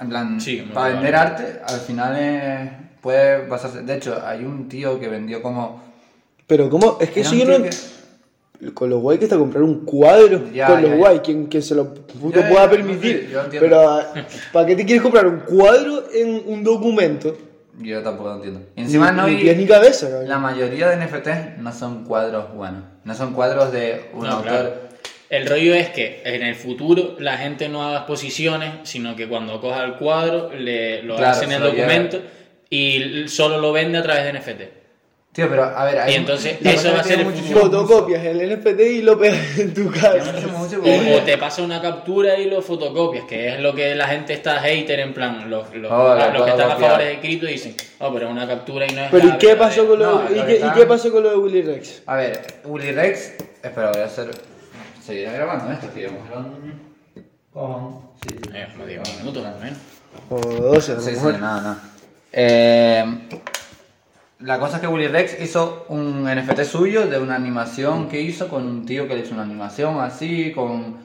[SPEAKER 2] en plan,
[SPEAKER 1] Sí, muy
[SPEAKER 2] para vender
[SPEAKER 1] probable.
[SPEAKER 2] arte, al final eh, puede pasarse. De hecho, hay un tío que vendió como.
[SPEAKER 3] Pero cómo, es que
[SPEAKER 2] Era
[SPEAKER 3] eso
[SPEAKER 2] un
[SPEAKER 3] yo
[SPEAKER 2] tío
[SPEAKER 3] no...
[SPEAKER 2] que-
[SPEAKER 3] Con lo guay que está comprar un cuadro,
[SPEAKER 2] Ya,
[SPEAKER 3] con lo
[SPEAKER 2] ya, ya.
[SPEAKER 3] guay, quien que se lo puto
[SPEAKER 2] Ya,
[SPEAKER 3] pueda
[SPEAKER 2] ya,
[SPEAKER 3] permitir.
[SPEAKER 2] sí, yo entiendo.
[SPEAKER 3] pero ah, ¿para qué te quieres comprar un cuadro en un documento?
[SPEAKER 2] Yo tampoco lo entiendo. Y encima no.
[SPEAKER 3] ni
[SPEAKER 2] y-
[SPEAKER 3] pies ni cabeza, cabrón.
[SPEAKER 2] La mayoría de NFTs no son cuadros buenos. No son cuadros de un
[SPEAKER 1] No,
[SPEAKER 2] autor.
[SPEAKER 1] claro. El rollo es que en el futuro la gente no haga exposiciones, sino que cuando coja el cuadro le, lo
[SPEAKER 2] Claro,
[SPEAKER 1] hacen en el
[SPEAKER 2] se lo lleva.
[SPEAKER 1] documento y l- solo lo vende a través de NFT.
[SPEAKER 2] Tío, pero a ver.
[SPEAKER 1] Y entonces,
[SPEAKER 2] la
[SPEAKER 1] eso
[SPEAKER 2] cosa
[SPEAKER 1] va a
[SPEAKER 2] es que
[SPEAKER 1] ser
[SPEAKER 2] tiene
[SPEAKER 1] el
[SPEAKER 2] muchísimo uso.
[SPEAKER 3] Fotocopias el NFT y lo pegas en tu casa.
[SPEAKER 2] Tiene muchísimo
[SPEAKER 1] O, o
[SPEAKER 2] uso.
[SPEAKER 1] te pasa una captura y lo fotocopias, que es lo que la gente está hater en plan. Los, los-
[SPEAKER 2] Oh, la
[SPEAKER 1] los que están a
[SPEAKER 2] fotocopiar.
[SPEAKER 1] favor de cripto dicen, oh, pero es una captura y no es.
[SPEAKER 3] Pero
[SPEAKER 1] la
[SPEAKER 3] ¿y qué
[SPEAKER 1] verdadera".
[SPEAKER 3] pasó con lo,
[SPEAKER 2] No,
[SPEAKER 3] de, y
[SPEAKER 2] lo
[SPEAKER 3] qué,
[SPEAKER 2] que
[SPEAKER 3] y
[SPEAKER 2] está-
[SPEAKER 3] qué pasó con lo de Willy Rex?
[SPEAKER 2] A ver, Uli Rex. Espera, voy a hacer. Seguirá grabando esto, tío. Con- Sí.
[SPEAKER 1] Eh, como digo, un minuto, más o menos.
[SPEAKER 3] O 12, a lo
[SPEAKER 2] Sí, sí,
[SPEAKER 3] mejor.
[SPEAKER 2] no, no. Eh, la cosa es que Willy Rex hizo un NFT suyo de una animación que hizo con un tío que le hizo una animación así, con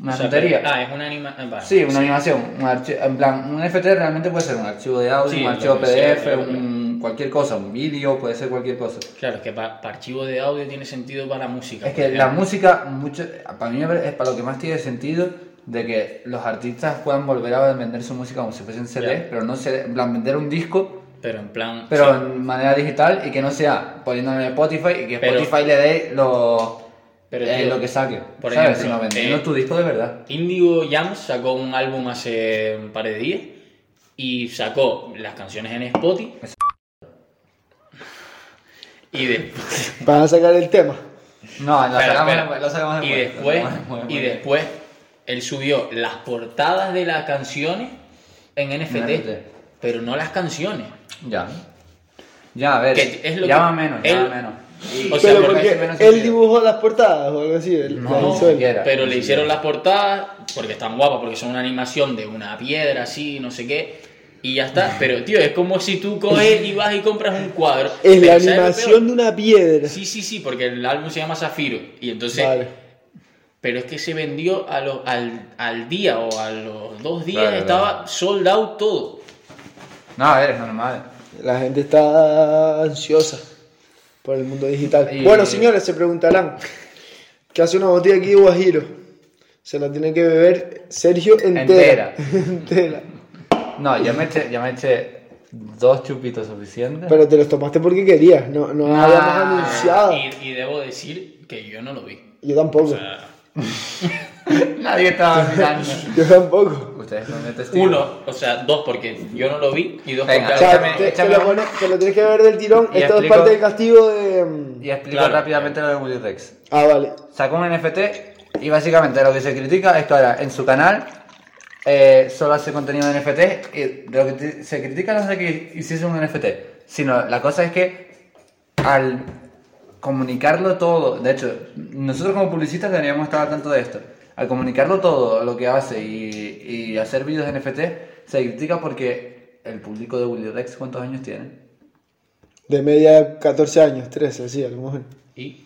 [SPEAKER 2] una
[SPEAKER 1] O sea,
[SPEAKER 2] tontería.
[SPEAKER 1] pero- ah, es una animación.
[SPEAKER 2] Sí, una animación, un archi- en plan, un NFT realmente puede ser un archivo de audio,
[SPEAKER 1] Sí,
[SPEAKER 2] un
[SPEAKER 1] lo
[SPEAKER 2] archivo
[SPEAKER 1] que sea,
[SPEAKER 2] PDF,
[SPEAKER 1] claro,
[SPEAKER 2] un, cualquier cosa, un vídeo, puede ser cualquier cosa.
[SPEAKER 1] Claro, es que para archivo de audio tiene sentido para música.
[SPEAKER 2] Es
[SPEAKER 1] por
[SPEAKER 2] que la
[SPEAKER 1] ejemplo.
[SPEAKER 2] música, mucho, para mí es para lo que más tiene sentido de que los artistas puedan volver a vender su música como si fuesen CD,
[SPEAKER 1] Ya.
[SPEAKER 2] pero no CD, en plan, vender un disco
[SPEAKER 1] Pero en plan.
[SPEAKER 2] pero en manera digital y que no sea poniéndolo en Spotify y que
[SPEAKER 1] Pero-
[SPEAKER 2] Spotify le dé lo,
[SPEAKER 1] Pero,
[SPEAKER 2] eh,
[SPEAKER 1] tío,
[SPEAKER 2] lo que saque.
[SPEAKER 1] por
[SPEAKER 2] ¿Sabes?
[SPEAKER 1] ejemplo,
[SPEAKER 2] Sino vendiendo
[SPEAKER 1] eh,
[SPEAKER 2] tu disco de verdad.
[SPEAKER 1] Indigo Jam sacó un álbum hace un par de días y sacó las canciones en Spotify. Y después,
[SPEAKER 3] Vas a sacar el tema.
[SPEAKER 2] No, lo
[SPEAKER 1] espera,
[SPEAKER 2] sacamos,
[SPEAKER 1] espera.
[SPEAKER 2] lo sacamos
[SPEAKER 1] y
[SPEAKER 2] después, lo
[SPEAKER 1] después,
[SPEAKER 2] sacamos después,
[SPEAKER 1] y
[SPEAKER 2] porque-
[SPEAKER 1] después, él subió las portadas de las canciones en NFT,
[SPEAKER 2] NFT.
[SPEAKER 1] pero no las canciones.
[SPEAKER 2] Ya. Ya, a ver.
[SPEAKER 1] Que es lo
[SPEAKER 2] ya
[SPEAKER 1] que-
[SPEAKER 2] va menos, ya
[SPEAKER 1] él-
[SPEAKER 2] va menos.
[SPEAKER 1] O sea,
[SPEAKER 3] pero
[SPEAKER 1] porque
[SPEAKER 3] porque
[SPEAKER 2] menos
[SPEAKER 3] él
[SPEAKER 2] sentido.
[SPEAKER 3] dibujó las portadas o algo así. él-
[SPEAKER 2] No,
[SPEAKER 3] la
[SPEAKER 1] No,
[SPEAKER 3] hizo él.
[SPEAKER 2] siquiera.
[SPEAKER 1] pero
[SPEAKER 2] ni
[SPEAKER 1] le hicieron las portadas porque están guapas, porque son una animación de una piedra así, no sé qué. Y ya está, pero tío, es como si tú coges y vas y compras un cuadro.
[SPEAKER 3] Es la
[SPEAKER 1] Pero, ¿sabes lo peor?
[SPEAKER 3] animación de una piedra.
[SPEAKER 1] Sí, sí, sí, porque el álbum se llama Zafiro. Y entonces.
[SPEAKER 3] Vale.
[SPEAKER 1] Pero es que se vendió a los- al, al día o a los dos días,
[SPEAKER 2] Claro,
[SPEAKER 1] estaba
[SPEAKER 2] claro.
[SPEAKER 1] sold out todo.
[SPEAKER 2] No, a ver, es normal.
[SPEAKER 3] La gente está ansiosa por el mundo digital.
[SPEAKER 2] Y-
[SPEAKER 3] Bueno, señores, se preguntarán ¿qué hace una botella aquí de guajiro? Se la tiene que beber Sergio
[SPEAKER 2] Entera.
[SPEAKER 3] entera. Entera.
[SPEAKER 2] No, ya me eché, ya me eché dos chupitos suficientes.
[SPEAKER 3] Pero te los tomaste porque querías, no, no
[SPEAKER 2] Nah.
[SPEAKER 3] habíamos anunciado.
[SPEAKER 1] Y, y debo decir que yo no lo vi.
[SPEAKER 3] Yo tampoco.
[SPEAKER 2] Nadie estaba mirando.
[SPEAKER 3] Yo tampoco.
[SPEAKER 2] Ustedes son de testigos.
[SPEAKER 1] Uno, o sea, dos porque yo no lo vi y dos
[SPEAKER 2] Venga.
[SPEAKER 3] O
[SPEAKER 1] porque.
[SPEAKER 3] sea,
[SPEAKER 2] Échame-
[SPEAKER 3] te, te
[SPEAKER 2] échame
[SPEAKER 3] lo,
[SPEAKER 2] un-
[SPEAKER 3] pones- te lo tienes que beber del tirón.
[SPEAKER 2] Y
[SPEAKER 3] Esto es
[SPEAKER 2] explico-
[SPEAKER 3] parte del castigo de. mm,
[SPEAKER 2] Y explico
[SPEAKER 1] Claro.
[SPEAKER 2] rápidamente lo de Willy Rex.
[SPEAKER 3] Ah, vale.
[SPEAKER 2] sacó un NFT y básicamente lo que se critica es que ahora en su canal eh, solo hace contenido de NFT y lo que te- se critica no es de que hiciese un NFT, sino la cosa es que al comunicarlo todo, de hecho, nosotros como publicistas deberíamos estar al tanto de esto, al comunicarlo todo lo que hace y, y hacer vídeos de NFT, se critica porque el público de Willy Rex, ¿cuántos años tiene?
[SPEAKER 3] De media 14 años, 13, sí, a lo mejor.
[SPEAKER 1] Y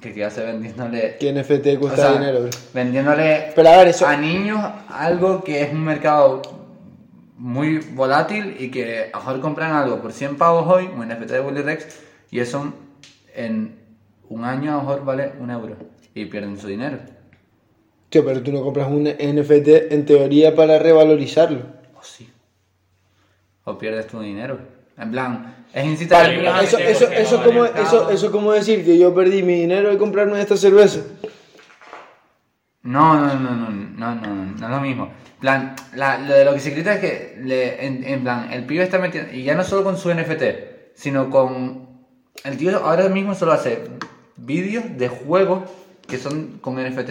[SPEAKER 2] Que qué hace vendiéndole
[SPEAKER 3] Que NFT cuesta
[SPEAKER 2] O sea,
[SPEAKER 3] dinero, bro.
[SPEAKER 2] Vendiéndole
[SPEAKER 3] Pero a ver, eso-
[SPEAKER 2] a niños algo que es un mercado muy volátil y que a lo mejor compran algo por 100 pavos hoy, un NFT de Willy Rex, y eso en un año a lo mejor vale un euro y pierden su dinero.
[SPEAKER 3] Tío, pero tú no compras un NFT en teoría para revalorizarlo.
[SPEAKER 2] O sí. O pierdes tu dinero. En plan, es incitar
[SPEAKER 1] Vale,
[SPEAKER 2] a niños a
[SPEAKER 3] Eso,
[SPEAKER 2] meter
[SPEAKER 3] eso,
[SPEAKER 2] porque no
[SPEAKER 3] eso, es
[SPEAKER 2] vale
[SPEAKER 3] como,
[SPEAKER 2] mercado.
[SPEAKER 3] eso, eso es como decir que yo perdí mi dinero al comprarme esta cerveza.
[SPEAKER 2] No, no, no, no, no, no, no, no es lo mismo. En Plan, la- lo de lo que se critica es que, le- en, en plan, el pibe está metiendo, y ya no solo con su NFT, sino con El tío ahora mismo solo hace vídeos de juegos que son con NFT.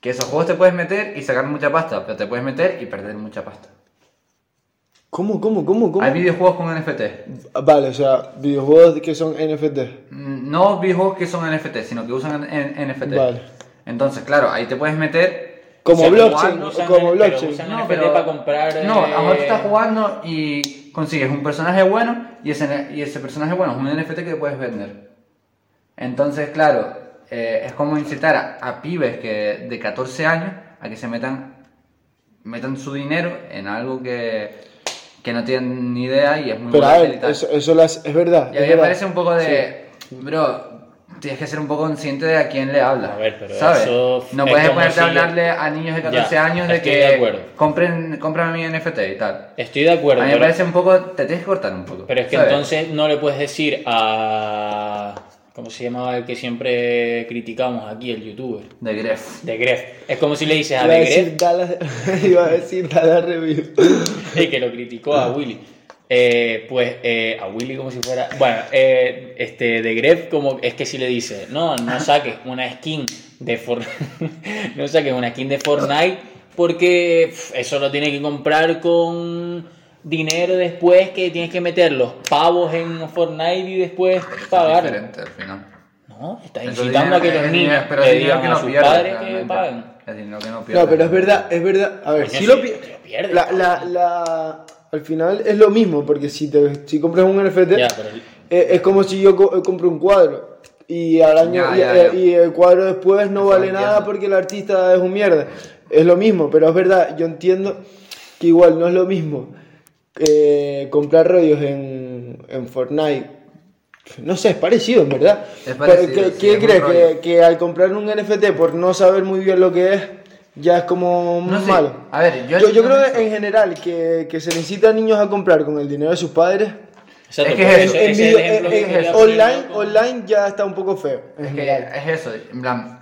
[SPEAKER 2] Que esos juegos te puedes meter y sacar mucha pasta, pero te puedes meter y perder mucha pasta.
[SPEAKER 3] ¿Cómo, cómo, cómo, cómo?
[SPEAKER 2] Hay videojuegos con NFT.
[SPEAKER 3] Vale, o sea, videojuegos que son NFT.
[SPEAKER 2] Mm, No videojuegos que son NFT, sino que usan en- en- NFT.
[SPEAKER 3] Vale.
[SPEAKER 2] Entonces, claro, ahí te puedes meter.
[SPEAKER 3] Como
[SPEAKER 2] Sí,
[SPEAKER 3] blockchain,
[SPEAKER 2] jugando,
[SPEAKER 1] usan- pero
[SPEAKER 3] como blockchain.
[SPEAKER 1] usan- NFT para comprar,
[SPEAKER 2] No,
[SPEAKER 1] eh,
[SPEAKER 2] ahora tú estás jugando y consigues un personaje bueno y ese, y ese personaje bueno es un NFT que puedes vender. Entonces, claro, eh, es como incitar a, a pibes que de 14 años a que se metan metan su dinero en algo que, que no tienen ni idea y es muy
[SPEAKER 3] Pero a
[SPEAKER 2] volátil y
[SPEAKER 3] ver,
[SPEAKER 2] tal.
[SPEAKER 3] eso, eso las, es verdad.
[SPEAKER 2] Y
[SPEAKER 3] es
[SPEAKER 2] a mí me
[SPEAKER 3] verdad.
[SPEAKER 2] parece un poco de. Bro, tienes que ser un poco consciente de a quién le hablas.
[SPEAKER 1] A ver, pero
[SPEAKER 2] ¿sabes?
[SPEAKER 1] eso
[SPEAKER 2] no
[SPEAKER 1] es
[SPEAKER 2] puedes
[SPEAKER 1] como
[SPEAKER 2] ponerte
[SPEAKER 1] si
[SPEAKER 2] a
[SPEAKER 1] yo-
[SPEAKER 2] hablarle a niños de 14
[SPEAKER 1] Ya,
[SPEAKER 2] años de
[SPEAKER 1] estoy
[SPEAKER 2] que
[SPEAKER 1] de acuerdo.
[SPEAKER 2] compren compran mi NFT y tal.
[SPEAKER 1] Estoy de acuerdo.
[SPEAKER 2] a mí me
[SPEAKER 1] pero-
[SPEAKER 2] parece un poco. Te tienes que cortar un poco.
[SPEAKER 1] Pero es que
[SPEAKER 2] ¿sabes?
[SPEAKER 1] entonces no le puedes decir a. ¿Cómo se llamaba el que siempre criticamos aquí, el youtuber?
[SPEAKER 2] De Gref.
[SPEAKER 1] De Gref. Es como si le dices a
[SPEAKER 3] Iba a
[SPEAKER 1] De
[SPEAKER 3] decir
[SPEAKER 1] Gref,
[SPEAKER 3] Dallas, iba a decir Dallas Review.
[SPEAKER 1] el que lo criticó a Willy. Eh, pues eh, a Willy como si fuera. Bueno, eh, este De Gref, como es que si le dice, no, no saques una skin de Fortnite. no saques una skin de Fortnite porque pf, eso lo tiene que comprar con dinero después que tienes que meter los pavos en Fortnite y después
[SPEAKER 2] Es
[SPEAKER 1] pagar.
[SPEAKER 2] diferente al final.
[SPEAKER 1] No, está
[SPEAKER 2] Es
[SPEAKER 1] incitando a que
[SPEAKER 2] dinero-
[SPEAKER 1] los
[SPEAKER 2] es dinero-
[SPEAKER 1] niños
[SPEAKER 2] pero es
[SPEAKER 1] le
[SPEAKER 2] dinero
[SPEAKER 1] digan
[SPEAKER 2] que
[SPEAKER 1] a
[SPEAKER 2] no
[SPEAKER 1] sus
[SPEAKER 2] pierdes,
[SPEAKER 1] padres que
[SPEAKER 2] realmente.
[SPEAKER 1] paguen.
[SPEAKER 2] Es dinero que no pierdes.
[SPEAKER 3] No, pero es verdad, es verdad. A ver,
[SPEAKER 1] Coño,
[SPEAKER 3] si
[SPEAKER 1] sí,
[SPEAKER 3] lo pi-
[SPEAKER 1] te lo pierdes,
[SPEAKER 3] la, la, la- al final es lo mismo, porque si, te, si compras un NFT,
[SPEAKER 1] Ya, pero el-
[SPEAKER 3] eh, es como si yo co- eh, compro un cuadro. Y al año
[SPEAKER 2] Ya,
[SPEAKER 3] y-
[SPEAKER 2] ya,
[SPEAKER 3] eh,
[SPEAKER 2] ya.
[SPEAKER 3] y el cuadro después no
[SPEAKER 2] Eso
[SPEAKER 3] vale
[SPEAKER 2] lo
[SPEAKER 3] nada
[SPEAKER 2] entiendo.
[SPEAKER 3] porque el artista es un mierda. Es lo mismo, pero es verdad, yo entiendo que igual no es lo mismo eh, comprar rollos en, en Fortnite. No sé, es parecido, en verdad.
[SPEAKER 2] Es parecido,
[SPEAKER 3] Pero, ¿Qué,
[SPEAKER 2] sí,
[SPEAKER 3] qué
[SPEAKER 2] es un
[SPEAKER 3] crees?
[SPEAKER 2] rollo.
[SPEAKER 3] Que, que al comprar un NFT por no saber muy bien lo que es, ya es como
[SPEAKER 2] No sé.
[SPEAKER 3] malo.
[SPEAKER 2] A ver, yo,
[SPEAKER 3] Yo, yo creo
[SPEAKER 2] eso.
[SPEAKER 3] que en general que, que se le incita a niños a comprar con el dinero de sus padres.
[SPEAKER 1] Exacto,
[SPEAKER 2] Es que
[SPEAKER 1] por
[SPEAKER 2] es
[SPEAKER 1] eso,
[SPEAKER 2] eso,
[SPEAKER 1] ese
[SPEAKER 3] en
[SPEAKER 1] es
[SPEAKER 3] video-
[SPEAKER 1] el ejemplo
[SPEAKER 3] en-
[SPEAKER 1] que
[SPEAKER 3] en-
[SPEAKER 1] quería poner,
[SPEAKER 3] online,
[SPEAKER 1] ¿no? Con-
[SPEAKER 3] online ya está un poco feo. En
[SPEAKER 2] Es que
[SPEAKER 3] general.
[SPEAKER 2] es eso, en plan.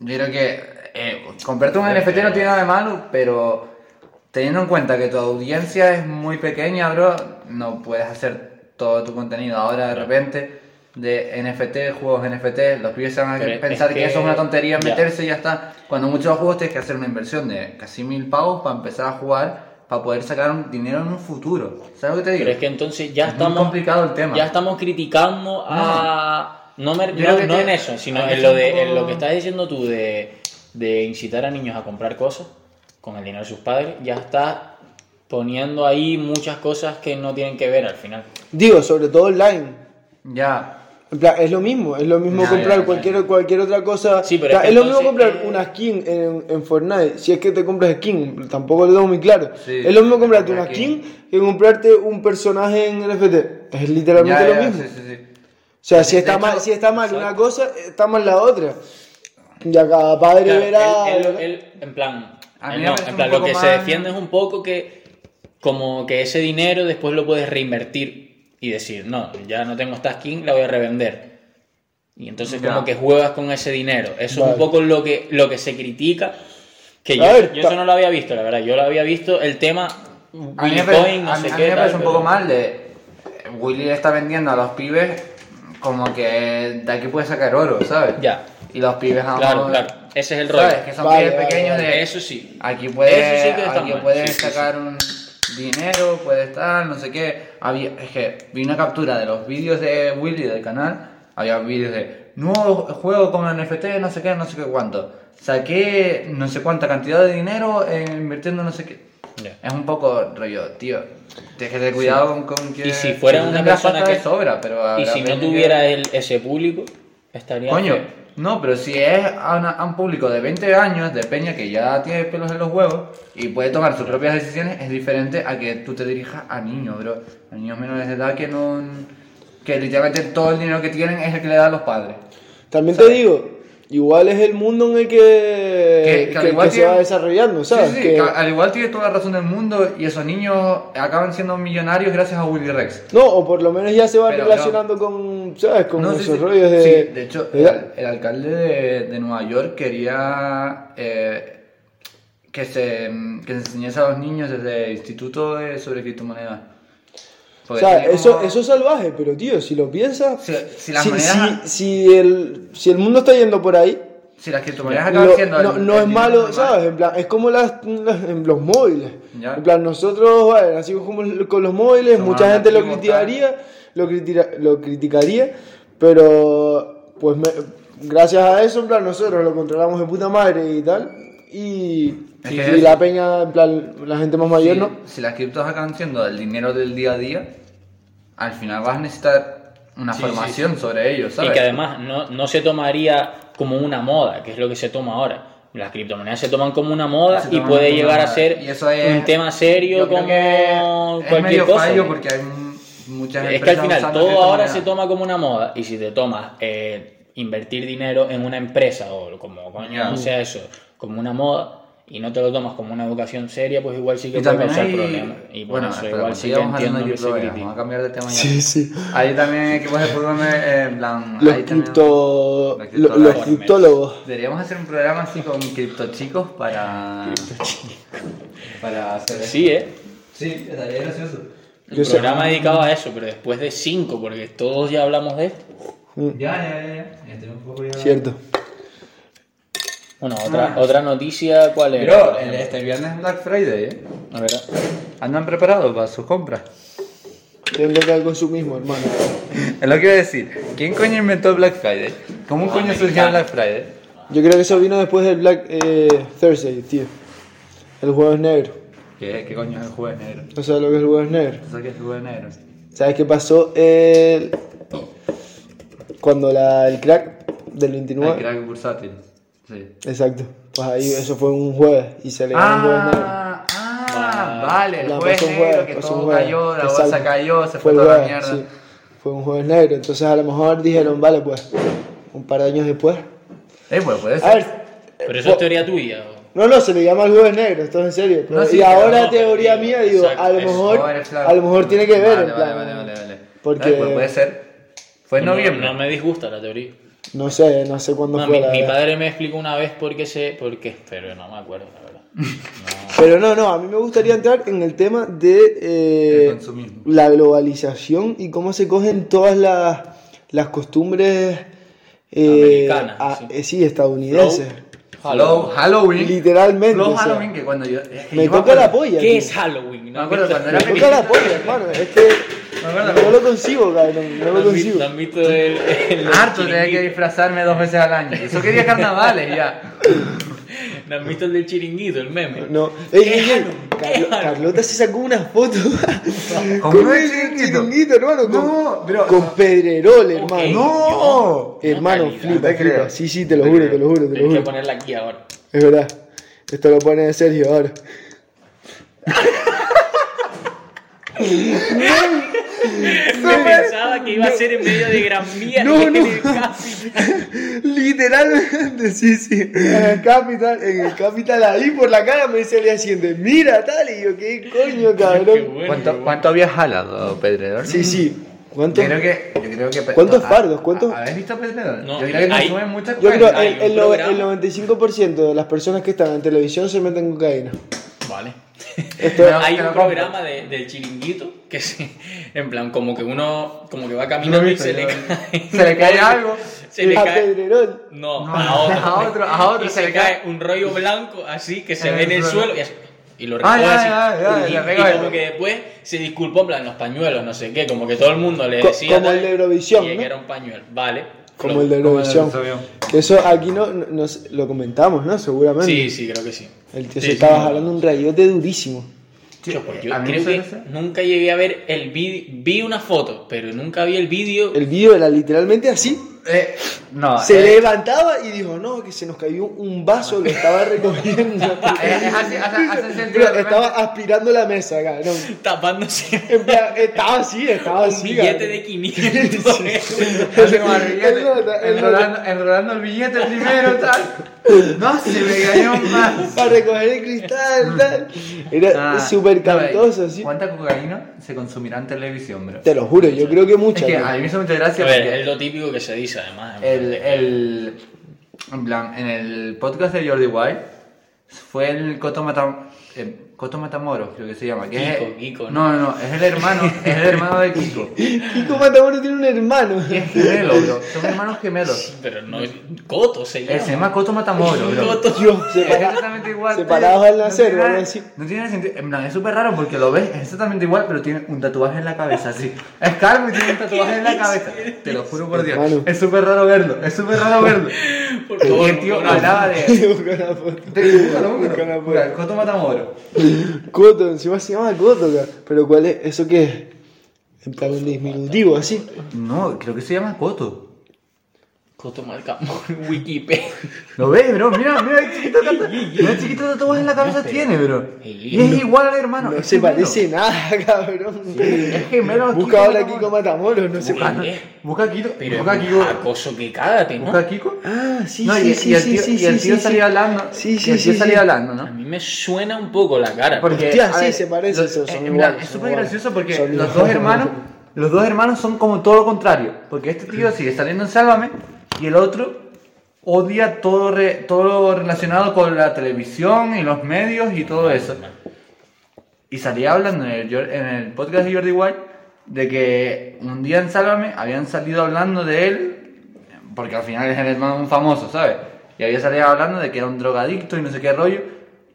[SPEAKER 2] Yo creo que eh, comprarte un NFT no tiene nada de malo, pero teniendo en cuenta que tu audiencia es muy pequeña, bro, no puedes hacer todo tu contenido ahora de repente de NFT, juegos NFT, los pibes se van a
[SPEAKER 1] Pero es
[SPEAKER 2] pensar que,
[SPEAKER 1] que-
[SPEAKER 2] eso es una tontería
[SPEAKER 1] ya.
[SPEAKER 2] meterse y ya está. Cuando muchos juegos tienes que hacer una inversión de casi mil pavos para empezar a jugar, para poder sacar un dinero en un futuro. ¿Sabes lo que te digo?
[SPEAKER 1] Pero es que entonces ya
[SPEAKER 2] Es muy
[SPEAKER 1] estamos.
[SPEAKER 2] complicado el tema.
[SPEAKER 1] Ya estamos criticando a. No, me-
[SPEAKER 2] Yo
[SPEAKER 1] no-
[SPEAKER 2] creo que
[SPEAKER 1] no
[SPEAKER 2] te-
[SPEAKER 1] en eso, sino
[SPEAKER 2] hay que
[SPEAKER 1] en lo,
[SPEAKER 2] ser un
[SPEAKER 1] de, en
[SPEAKER 2] poco-
[SPEAKER 1] lo que estás diciendo tú de, de incitar a niños a comprar cosas con el dinero de sus padres. Ya está poniendo ahí muchas cosas que no tienen que ver al final.
[SPEAKER 3] Digo, sobre todo online.
[SPEAKER 2] Ya.
[SPEAKER 3] En plan, es lo mismo, es lo mismo
[SPEAKER 2] Ya,
[SPEAKER 3] comprar
[SPEAKER 2] ya, ya.
[SPEAKER 3] cualquier, cualquier otra cosa.
[SPEAKER 1] Sí, pero
[SPEAKER 3] O sea,
[SPEAKER 1] es que
[SPEAKER 3] es, lo mismo
[SPEAKER 1] entonces,
[SPEAKER 3] comprar
[SPEAKER 1] eh,
[SPEAKER 3] una skin en, en Fortnite. Si es que te compras skin, tampoco lo tengo muy claro.
[SPEAKER 2] Sí,
[SPEAKER 3] es lo mismo
[SPEAKER 2] sí,
[SPEAKER 3] comprarte
[SPEAKER 2] una
[SPEAKER 3] una skin que comprarte un personaje en NFT. Es literalmente
[SPEAKER 2] ya,
[SPEAKER 3] lo
[SPEAKER 2] ya,
[SPEAKER 3] mismo.
[SPEAKER 2] sí, sí, sí.
[SPEAKER 3] O sea, si
[SPEAKER 2] De
[SPEAKER 1] este
[SPEAKER 3] está,
[SPEAKER 2] hecho,
[SPEAKER 3] mal, si está mal una cosa, está mal la otra. Ya cada padre
[SPEAKER 1] Claro,
[SPEAKER 3] verá.
[SPEAKER 1] él- él- él, en plan,
[SPEAKER 2] A
[SPEAKER 1] él
[SPEAKER 2] mí me
[SPEAKER 1] no,
[SPEAKER 2] parece
[SPEAKER 1] en plan,
[SPEAKER 2] un
[SPEAKER 1] lo
[SPEAKER 2] poco
[SPEAKER 1] que se
[SPEAKER 2] más-
[SPEAKER 1] defiende es un poco que como que ese dinero después lo puedes reinvertir y decir, no, ya no tengo esta skin, la voy a revender. Y entonces
[SPEAKER 2] Ya.
[SPEAKER 1] como que juegas con ese dinero. Eso
[SPEAKER 3] Vale.
[SPEAKER 1] es un poco lo que, lo que se critica. Que yo,
[SPEAKER 3] A ver,
[SPEAKER 1] yo
[SPEAKER 3] ta-
[SPEAKER 1] eso no lo había visto, la verdad. Yo lo había visto el tema
[SPEAKER 2] A mí me parece,
[SPEAKER 1] Bitcoin, no
[SPEAKER 2] a
[SPEAKER 1] sé
[SPEAKER 2] mí- a
[SPEAKER 1] qué,
[SPEAKER 2] mí me
[SPEAKER 1] tal,
[SPEAKER 2] parece un
[SPEAKER 1] pero-
[SPEAKER 2] poco mal de... Willy le está vendiendo a los pibes como que de aquí puede sacar oro, ¿sabes?
[SPEAKER 1] Ya.
[SPEAKER 2] Y los pibes a lo
[SPEAKER 1] Claro,
[SPEAKER 2] mejor-
[SPEAKER 1] claro. Ese es el rollo.
[SPEAKER 2] ¿Sabes? Que son
[SPEAKER 3] Vale,
[SPEAKER 2] pibes
[SPEAKER 3] vale,
[SPEAKER 2] pequeños
[SPEAKER 3] vale.
[SPEAKER 2] de...
[SPEAKER 1] Eso sí.
[SPEAKER 2] Aquí puedes,
[SPEAKER 1] Eso sí que está
[SPEAKER 2] aquí
[SPEAKER 1] mal.
[SPEAKER 2] puedes
[SPEAKER 1] Sí, sí,
[SPEAKER 2] sacar un dinero, puedes estar, no sé qué. Había, es que vi una captura de los vídeos de Willy del canal. Había vídeos de nuevo juego con NFT, no sé qué, no sé qué cuánto. Saqué no sé cuánta cantidad de dinero eh, invirtiendo no sé qué.
[SPEAKER 1] Ya.
[SPEAKER 2] Es un poco rollo, tío. Tienes que tener cuidado con, con que.
[SPEAKER 1] Y si fuera una
[SPEAKER 2] tendrás
[SPEAKER 1] persona
[SPEAKER 2] pasta de
[SPEAKER 1] que-
[SPEAKER 2] sobra, pero
[SPEAKER 1] Y
[SPEAKER 2] habrá
[SPEAKER 1] si no
[SPEAKER 2] gente que-
[SPEAKER 1] tuviera el- ese público, estaría...
[SPEAKER 2] Coño,
[SPEAKER 1] feo.
[SPEAKER 2] no, pero si es a, una- a un público de 20 años, de peña que ya tiene pelos en los huevos y puede tomar sus propias decisiones, es diferente a que tú te dirijas a niños, bro. A niños menores de edad que no. que literalmente todo el dinero que tienen es el que le dan los padres.
[SPEAKER 3] También te digo, igual es el mundo en el que,
[SPEAKER 2] Que- que
[SPEAKER 3] que,
[SPEAKER 2] al igual
[SPEAKER 3] que se va
[SPEAKER 2] tiene-
[SPEAKER 3] desarrollando,
[SPEAKER 2] Sí,
[SPEAKER 3] ¿sabes?
[SPEAKER 2] sí,
[SPEAKER 3] Que-
[SPEAKER 2] que al igual tiene toda la razón del mundo y esos niños acaban siendo millonarios gracias a Willy Rex.
[SPEAKER 3] No, o por lo menos ya se van
[SPEAKER 2] Pero,
[SPEAKER 3] relacionando con, ¿sabes? Con
[SPEAKER 2] No, sí,
[SPEAKER 3] esos
[SPEAKER 2] sí.
[SPEAKER 3] rollos de...
[SPEAKER 2] Sí, de hecho,
[SPEAKER 3] de-
[SPEAKER 2] el, al- el alcalde de, de Nueva York quería eh, que, se, que se enseñase a los niños desde el instituto de- sobre criptomonedas.
[SPEAKER 3] O
[SPEAKER 2] Porque
[SPEAKER 3] sea,
[SPEAKER 2] tiene
[SPEAKER 3] eso,
[SPEAKER 2] como-
[SPEAKER 3] eso es salvaje, pero tío, si lo piensas.
[SPEAKER 2] Si- si las monedas-
[SPEAKER 3] si- si el, si el mundo está yendo por ahí,
[SPEAKER 2] Si las criptomonedas acaban
[SPEAKER 3] lo-
[SPEAKER 2] siendo.
[SPEAKER 3] no,
[SPEAKER 2] el-
[SPEAKER 3] no
[SPEAKER 2] el
[SPEAKER 3] es
[SPEAKER 2] dinero
[SPEAKER 3] malo,
[SPEAKER 2] normal,
[SPEAKER 3] ¿sabes? En plan, es como las, las- en los móviles.
[SPEAKER 2] Ya.
[SPEAKER 3] En plan, nosotros, vale, nacimos como- con los móviles,
[SPEAKER 2] Son
[SPEAKER 3] mucha gente lo
[SPEAKER 2] adaptativos,
[SPEAKER 3] criticaría, lo, critira- lo criticaría, pero pues me- gracias a eso, en plan, nosotros lo controlamos de puta madre y tal. Y,
[SPEAKER 2] Es
[SPEAKER 3] y
[SPEAKER 2] que es-
[SPEAKER 3] la peña, en plan, la gente más
[SPEAKER 2] Si,
[SPEAKER 3] mayor, ¿no?
[SPEAKER 2] si las criptos acaban siendo el dinero del día a día, al final vas a necesitar una formación sobre ello, ¿sabes?
[SPEAKER 1] Y que además no, no se tomaría como una moda, que es lo que se toma ahora. Las criptomonedas se toman como una moda
[SPEAKER 2] Se
[SPEAKER 1] y
[SPEAKER 2] toman
[SPEAKER 1] puede
[SPEAKER 2] como
[SPEAKER 1] llegar
[SPEAKER 2] una
[SPEAKER 1] a
[SPEAKER 2] moda.
[SPEAKER 1] ser
[SPEAKER 2] Y eso es-
[SPEAKER 1] un tema
[SPEAKER 2] Yo
[SPEAKER 1] serio
[SPEAKER 2] creo
[SPEAKER 1] como
[SPEAKER 2] que es
[SPEAKER 1] cualquier
[SPEAKER 2] medio
[SPEAKER 1] cosa.
[SPEAKER 2] fallo porque hay m- muchas
[SPEAKER 1] es que al
[SPEAKER 2] empresas
[SPEAKER 1] final
[SPEAKER 2] usando este
[SPEAKER 1] todo ahora
[SPEAKER 2] criptomonedas.
[SPEAKER 1] se toma como una moda y si te tomas eh, invertir dinero en una empresa o como coño
[SPEAKER 2] Ya.
[SPEAKER 1] no sea eso, como una moda y no te lo tomas como una educación seria, pues igual sí que
[SPEAKER 2] Y
[SPEAKER 1] puede
[SPEAKER 2] también
[SPEAKER 1] causar
[SPEAKER 2] hay...
[SPEAKER 1] problemas. Y por
[SPEAKER 2] bueno,
[SPEAKER 1] eso
[SPEAKER 2] espera,
[SPEAKER 1] igual
[SPEAKER 2] cuando
[SPEAKER 1] sí que
[SPEAKER 2] sigamos
[SPEAKER 1] entiendo
[SPEAKER 2] hablando de
[SPEAKER 1] que se
[SPEAKER 2] criptomonedas,
[SPEAKER 1] critica.
[SPEAKER 2] vamos a cambiar de tema ya.
[SPEAKER 3] Sí, sí.
[SPEAKER 2] Hay también equipos de fútbol eh, en plan...
[SPEAKER 3] Los,
[SPEAKER 2] ahí también-
[SPEAKER 3] cripto,
[SPEAKER 2] Los
[SPEAKER 3] lo- los
[SPEAKER 2] criptólogos.
[SPEAKER 3] criptólogos.
[SPEAKER 2] Deberíamos hacer un programa así con criptochicos para... para hacer...
[SPEAKER 1] Sí, eh.
[SPEAKER 2] Sí, estaría gracioso.
[SPEAKER 1] El
[SPEAKER 3] Yo sé-
[SPEAKER 1] programa dedicado a eso, pero después de cinco, porque todos ya hablamos de esto.
[SPEAKER 2] Ya, ya, ya, ya. Ya estoy un poco ya...
[SPEAKER 3] Mm, Cierto.
[SPEAKER 1] Bueno, otra,
[SPEAKER 2] Ah.
[SPEAKER 1] otra noticia, ¿cuál es?
[SPEAKER 2] Bro, el- este viernes es Black Friday, ¿eh?
[SPEAKER 1] A ver,
[SPEAKER 2] ¿Andan preparados para sus compras?
[SPEAKER 3] Tengo que ver con su mismo, hermano.
[SPEAKER 2] Es lo que iba a decir. ¿Quién coño inventó Black Friday? ¿Cómo coño surgió el Black Friday?
[SPEAKER 3] Yo creo que eso vino después del Black eh, Thursday, tío. El jueves negro.
[SPEAKER 2] ¿Qué, ¿Qué coño es el jueves negro?
[SPEAKER 3] ¿No sabes lo que es el jueves negro?
[SPEAKER 2] ¿Eso qué es el jueves negro?
[SPEAKER 3] ¿Sabes qué pasó el... cuando la, el crack del
[SPEAKER 2] El
[SPEAKER 3] 29?
[SPEAKER 2] crack bursátil. Sí.
[SPEAKER 3] Exacto. Pues ahí eso fue un jueves y se le ganó el jueves negro.
[SPEAKER 2] Ah, ah, vale, el
[SPEAKER 3] La
[SPEAKER 2] jueves
[SPEAKER 3] pasó pues un
[SPEAKER 2] negro
[SPEAKER 3] jueves,
[SPEAKER 2] que
[SPEAKER 3] pasó
[SPEAKER 2] todo
[SPEAKER 3] un jueves,
[SPEAKER 2] cayó, la
[SPEAKER 3] exacto.
[SPEAKER 2] bolsa cayó, se fue,
[SPEAKER 3] el
[SPEAKER 2] toda la
[SPEAKER 3] jueves,
[SPEAKER 2] mierda.
[SPEAKER 3] sí. Fue un jueves negro. Entonces a lo mejor dijeron, vale, pues, un par de años después.
[SPEAKER 2] Eh, pues puede
[SPEAKER 3] A
[SPEAKER 2] ser.
[SPEAKER 3] ver,
[SPEAKER 1] pero eso es teoría tuya. ¿o?
[SPEAKER 3] No, no, se le llama el jueves negro, esto es en serio.
[SPEAKER 2] No, sí,
[SPEAKER 3] y
[SPEAKER 2] pero
[SPEAKER 3] ahora
[SPEAKER 1] no, pero
[SPEAKER 3] teoría
[SPEAKER 1] digo,
[SPEAKER 3] mía, digo,
[SPEAKER 1] exacto,
[SPEAKER 3] a lo
[SPEAKER 1] eso,
[SPEAKER 3] mejor,
[SPEAKER 2] Ahora, claro.
[SPEAKER 3] a lo mejor tiene que ver,
[SPEAKER 2] Vale,
[SPEAKER 3] en plan.
[SPEAKER 2] Vale, vale, vale. vale.
[SPEAKER 3] Porque-
[SPEAKER 2] Eh, pues puede ser. Fue en
[SPEAKER 1] No-
[SPEAKER 2] noviembre.
[SPEAKER 1] No, me disgusta la teoría.
[SPEAKER 3] No sé, no sé cuándo
[SPEAKER 1] No,
[SPEAKER 3] fue
[SPEAKER 1] mi,
[SPEAKER 3] la
[SPEAKER 1] mi
[SPEAKER 3] verdad.
[SPEAKER 1] padre me explicó una vez por qué sé, por qué, pero no me acuerdo, la verdad.
[SPEAKER 3] Pero no, no, a mí me gustaría entrar en el tema de eh,
[SPEAKER 2] El consumismo.
[SPEAKER 3] la globalización y cómo se cogen todas las, las costumbres eh,
[SPEAKER 1] Americanas,
[SPEAKER 3] a-
[SPEAKER 1] sí.
[SPEAKER 3] eh, sí, estadounidenses.
[SPEAKER 2] Hello, Halloween.
[SPEAKER 3] Literalmente.
[SPEAKER 2] Hello,
[SPEAKER 3] o sea,
[SPEAKER 2] Halloween, que cuando yo. es que
[SPEAKER 3] me
[SPEAKER 2] yo
[SPEAKER 3] toca la
[SPEAKER 2] acuerdo-
[SPEAKER 3] polla.
[SPEAKER 1] ¿Qué
[SPEAKER 3] tío.
[SPEAKER 1] es Halloween?
[SPEAKER 2] Me
[SPEAKER 1] ¿No han
[SPEAKER 2] acuerdo
[SPEAKER 1] visto-
[SPEAKER 2] cuando
[SPEAKER 3] Me
[SPEAKER 2] era
[SPEAKER 3] toca la
[SPEAKER 2] pequeño.
[SPEAKER 3] polla, hermano. Es que
[SPEAKER 2] Me acuerdo.
[SPEAKER 3] no lo consigo, cabrón.
[SPEAKER 1] ¿No
[SPEAKER 3] No lo
[SPEAKER 1] han visto-
[SPEAKER 3] consigo.
[SPEAKER 1] no han visto el- el- los
[SPEAKER 2] Harto tenía que
[SPEAKER 1] chiringuitos?
[SPEAKER 2] disfrazarme dos veces al año. Eso quería carnavales ya.
[SPEAKER 1] ¿No han visto el del chiringuito, el meme?
[SPEAKER 3] No. Ey, ey, ey,
[SPEAKER 1] Déjalo,
[SPEAKER 3] Carlo-
[SPEAKER 1] déjalo.
[SPEAKER 3] Carlota se sacó unas fotos
[SPEAKER 2] ¿Con
[SPEAKER 3] con
[SPEAKER 2] un
[SPEAKER 3] el
[SPEAKER 2] chiringuito?
[SPEAKER 3] chiringuito, hermano.
[SPEAKER 2] No,
[SPEAKER 3] con,
[SPEAKER 2] pero-
[SPEAKER 3] con Pedrerol, hermano.
[SPEAKER 1] Ey, yo-
[SPEAKER 2] ¡No!
[SPEAKER 3] Hermano,
[SPEAKER 1] calidad.
[SPEAKER 3] flipa,
[SPEAKER 2] te creo.
[SPEAKER 3] flipa. Sí, sí, te lo juro, te lo juro, te lo
[SPEAKER 1] Tienes que
[SPEAKER 3] juro.
[SPEAKER 1] ponerla aquí ahora.
[SPEAKER 3] Es verdad. Esto lo pone Sergio ahora.
[SPEAKER 1] Yo pensaba que iba a ser en medio de gran mía.
[SPEAKER 3] No,
[SPEAKER 1] en
[SPEAKER 3] no.
[SPEAKER 1] el casi.
[SPEAKER 3] Literalmente, sí, sí. En el Capital, en el Capital, ahí por la cara me dice el día siguiente, mira tal, y yo, ¿qué coño,
[SPEAKER 1] Qué
[SPEAKER 3] cabrón?
[SPEAKER 1] bueno,
[SPEAKER 2] ¿Cuánto, cuánto habías jalado, Pedredor?
[SPEAKER 3] Sí, sí. ¿Cuánto?
[SPEAKER 2] Yo creo que. Yo creo que
[SPEAKER 3] ¿Cuántos
[SPEAKER 2] no, ah,
[SPEAKER 3] fardos? ¿Cuántos?
[SPEAKER 2] ¿Habéis visto Pedredor?
[SPEAKER 1] No,
[SPEAKER 2] yo creo que
[SPEAKER 1] hay-
[SPEAKER 2] consumen mucha
[SPEAKER 3] Yo creo
[SPEAKER 2] cocaína.
[SPEAKER 3] el, el,
[SPEAKER 1] un
[SPEAKER 3] no-
[SPEAKER 1] programa.
[SPEAKER 3] el 95% de las personas que están en televisión se meten cocaína.
[SPEAKER 1] Vale.
[SPEAKER 3] Esto
[SPEAKER 2] Pero-
[SPEAKER 1] Hay
[SPEAKER 2] te lo
[SPEAKER 1] un
[SPEAKER 2] compro.
[SPEAKER 1] programa de, del chiringuito que se, en plan como que uno como que va caminando
[SPEAKER 2] he
[SPEAKER 1] y
[SPEAKER 2] visto,
[SPEAKER 1] se le
[SPEAKER 2] yo-
[SPEAKER 1] cae
[SPEAKER 2] se le cae algo. Ah,
[SPEAKER 1] se le
[SPEAKER 3] a
[SPEAKER 1] cae
[SPEAKER 3] Pedrerol.
[SPEAKER 1] no,
[SPEAKER 2] No,
[SPEAKER 1] a otro
[SPEAKER 2] a otro, a otro
[SPEAKER 1] y se, le cae un rollo blanco así que se
[SPEAKER 2] En
[SPEAKER 1] ve en
[SPEAKER 2] el
[SPEAKER 1] el
[SPEAKER 2] suelo.
[SPEAKER 1] suelo y, así, y lo
[SPEAKER 2] Ah,
[SPEAKER 1] recoge
[SPEAKER 2] ya,
[SPEAKER 1] así
[SPEAKER 2] ya, ya,
[SPEAKER 1] y,
[SPEAKER 2] le
[SPEAKER 1] y
[SPEAKER 2] recoge.
[SPEAKER 1] como que después se disculpó en plan los pañuelos no sé qué como que todo el mundo le
[SPEAKER 3] Co-
[SPEAKER 1] decía
[SPEAKER 3] como el de Eurovisión,
[SPEAKER 1] y
[SPEAKER 3] ¿no?
[SPEAKER 1] que era un pañuelo vale
[SPEAKER 2] Como
[SPEAKER 3] Como el de
[SPEAKER 2] el de
[SPEAKER 3] Eurovisión.
[SPEAKER 2] Eurovisión.
[SPEAKER 3] Que eso aquí no, no- no sé, lo comentamos, ¿no? Seguramente.
[SPEAKER 1] sí sí creo que sí
[SPEAKER 3] El
[SPEAKER 1] Sí,
[SPEAKER 3] tío se
[SPEAKER 1] sí,
[SPEAKER 3] estaba
[SPEAKER 1] no.
[SPEAKER 3] jalando un rayote durísimo.
[SPEAKER 1] Yo, porque yo
[SPEAKER 2] A mí
[SPEAKER 1] creo
[SPEAKER 2] eso
[SPEAKER 1] que
[SPEAKER 2] no sé.
[SPEAKER 1] nunca llegué a ver el vídeo, vi una foto, pero nunca vi el vídeo.
[SPEAKER 3] El vídeo era literalmente así.
[SPEAKER 2] Eh,
[SPEAKER 1] Ah,
[SPEAKER 2] no,
[SPEAKER 3] Se
[SPEAKER 2] eh,
[SPEAKER 3] levantaba y dijo, no, que se nos cayó un vaso, lo estaba recogiendo.
[SPEAKER 2] eh, es así, hace, hace sentido.
[SPEAKER 3] Pero
[SPEAKER 2] de repente.
[SPEAKER 3] estaba aspirando la mesa, cabrón.
[SPEAKER 1] tapándose
[SPEAKER 3] En plan, estaba así,
[SPEAKER 2] Ah,
[SPEAKER 3] estaba
[SPEAKER 1] un
[SPEAKER 3] así.
[SPEAKER 1] billete
[SPEAKER 3] cabrón.
[SPEAKER 1] de 500 euros.
[SPEAKER 2] Hace como el billete,
[SPEAKER 3] Él nota, él
[SPEAKER 2] enrolando, enrolando el billete primero, tal. No, se me cayó más.
[SPEAKER 3] Para recoger el cristal, tal. Era
[SPEAKER 2] Ah,
[SPEAKER 3] súper
[SPEAKER 2] no, eh,
[SPEAKER 3] cantoso, sí.
[SPEAKER 2] ¿Cuánta cocaína se consumirá en televisión, bro?
[SPEAKER 3] Te lo juro, yo creo que
[SPEAKER 2] Es
[SPEAKER 3] muchas.
[SPEAKER 2] que
[SPEAKER 3] ¿no?
[SPEAKER 2] a mí me hizo mucha gracia
[SPEAKER 1] A ver,
[SPEAKER 2] porque
[SPEAKER 1] es lo típico que se dice además.
[SPEAKER 2] el, el, en plan, en el podcast de Jordi Wild fue el Coto Mata, eh, Coto Matamoros, creo que se llama. Que es
[SPEAKER 1] Kiko,
[SPEAKER 2] el-
[SPEAKER 1] Kiko,
[SPEAKER 2] ¿no? no, no, es el hermano, es el hermano de Kiko.
[SPEAKER 3] Kiko Matamoros tiene un hermano.
[SPEAKER 2] Que es gemelo, bro. Son hermanos gemelos.
[SPEAKER 1] Pero no es Coto, se
[SPEAKER 2] Eh,
[SPEAKER 1] llama.
[SPEAKER 2] se llama Coto Matamoros, bro.
[SPEAKER 1] Coto.
[SPEAKER 3] Dios, se
[SPEAKER 2] Es
[SPEAKER 3] para-
[SPEAKER 2] exactamente igual.
[SPEAKER 3] Separados al nacer,
[SPEAKER 2] tiene nada-
[SPEAKER 3] algo así.
[SPEAKER 2] No tiene nada de sentido. En plan, es súper raro porque lo ves es exactamente igual, pero tiene un tatuaje en la cabeza, así. Es calvo y tiene un tatuaje en la cabeza. Te lo juro por Dios.
[SPEAKER 3] Hermano.
[SPEAKER 2] Es súper raro verlo, es súper raro verlo.
[SPEAKER 1] Por
[SPEAKER 2] Y
[SPEAKER 1] favor,
[SPEAKER 2] el tío
[SPEAKER 1] no, no.
[SPEAKER 2] hablaba de.
[SPEAKER 3] Busca la foto.
[SPEAKER 2] Te búscalo, búscalo.
[SPEAKER 3] Busca la
[SPEAKER 2] Mira,
[SPEAKER 3] foto.
[SPEAKER 2] Coto Matamoros.
[SPEAKER 3] Coto, encima se llama Coto, cara. Pero ¿cuál es? ¿Eso qué es? En plan un disminutivo, así.
[SPEAKER 2] No, creo que se llama Coto.
[SPEAKER 1] Coto marca Wikipedia.
[SPEAKER 2] Lo ves, bro. Mira, mira el chiquito tatu- mira el chiquito tatuaje en la cabeza tiene, bro. Y es igual al hermano.
[SPEAKER 3] No
[SPEAKER 2] es
[SPEAKER 3] se
[SPEAKER 2] gemelo.
[SPEAKER 3] parece nada, cabrón.
[SPEAKER 2] Es gemelo. a Kiko
[SPEAKER 3] Busca ahora
[SPEAKER 2] Matamoros.
[SPEAKER 3] Kiko Matamoros, no se
[SPEAKER 1] Busca-
[SPEAKER 3] parece.
[SPEAKER 2] Ah, no, Busca a Kiko.
[SPEAKER 1] Pero
[SPEAKER 2] Busca a
[SPEAKER 1] es un
[SPEAKER 2] Kiko.
[SPEAKER 1] acoso que cágate, ¿no?
[SPEAKER 2] ¿Busca a Kiko?
[SPEAKER 3] Ah, sí,
[SPEAKER 2] No,
[SPEAKER 3] sí,
[SPEAKER 2] y,
[SPEAKER 3] sí,
[SPEAKER 2] y el
[SPEAKER 3] sí,
[SPEAKER 2] tío,
[SPEAKER 3] sí,
[SPEAKER 2] y el
[SPEAKER 3] sí,
[SPEAKER 2] tío
[SPEAKER 3] sí,
[SPEAKER 2] salía
[SPEAKER 3] sí.
[SPEAKER 2] hablando.
[SPEAKER 3] Sí, sí,
[SPEAKER 2] y el tío
[SPEAKER 3] sí,
[SPEAKER 2] salía
[SPEAKER 3] sí.
[SPEAKER 2] hablando,
[SPEAKER 1] A
[SPEAKER 2] ¿no?
[SPEAKER 1] mí me suena un poco la cara.
[SPEAKER 3] Hostia,
[SPEAKER 2] a
[SPEAKER 3] sí, se parece,
[SPEAKER 2] los-
[SPEAKER 3] son- son
[SPEAKER 2] en plan,
[SPEAKER 3] iguales,
[SPEAKER 2] es
[SPEAKER 3] son
[SPEAKER 2] súper
[SPEAKER 3] iguales.
[SPEAKER 2] gracioso porque
[SPEAKER 3] Son
[SPEAKER 2] los dos
[SPEAKER 3] iguales.
[SPEAKER 2] hermanos, los dos hermanos son como todo lo contrario. Porque este tío sigue saliendo en Sálvame y el otro odia todo, re- todo lo relacionado con la televisión y los medios y todo eso. Y salía hablando en el, Jor- en el podcast de Jordi Wild de que un día en Sálvame habían salido hablando de él, porque al final es el hermano de un famoso, ¿sabes? Y había salido hablando de que era un drogadicto y no sé qué rollo.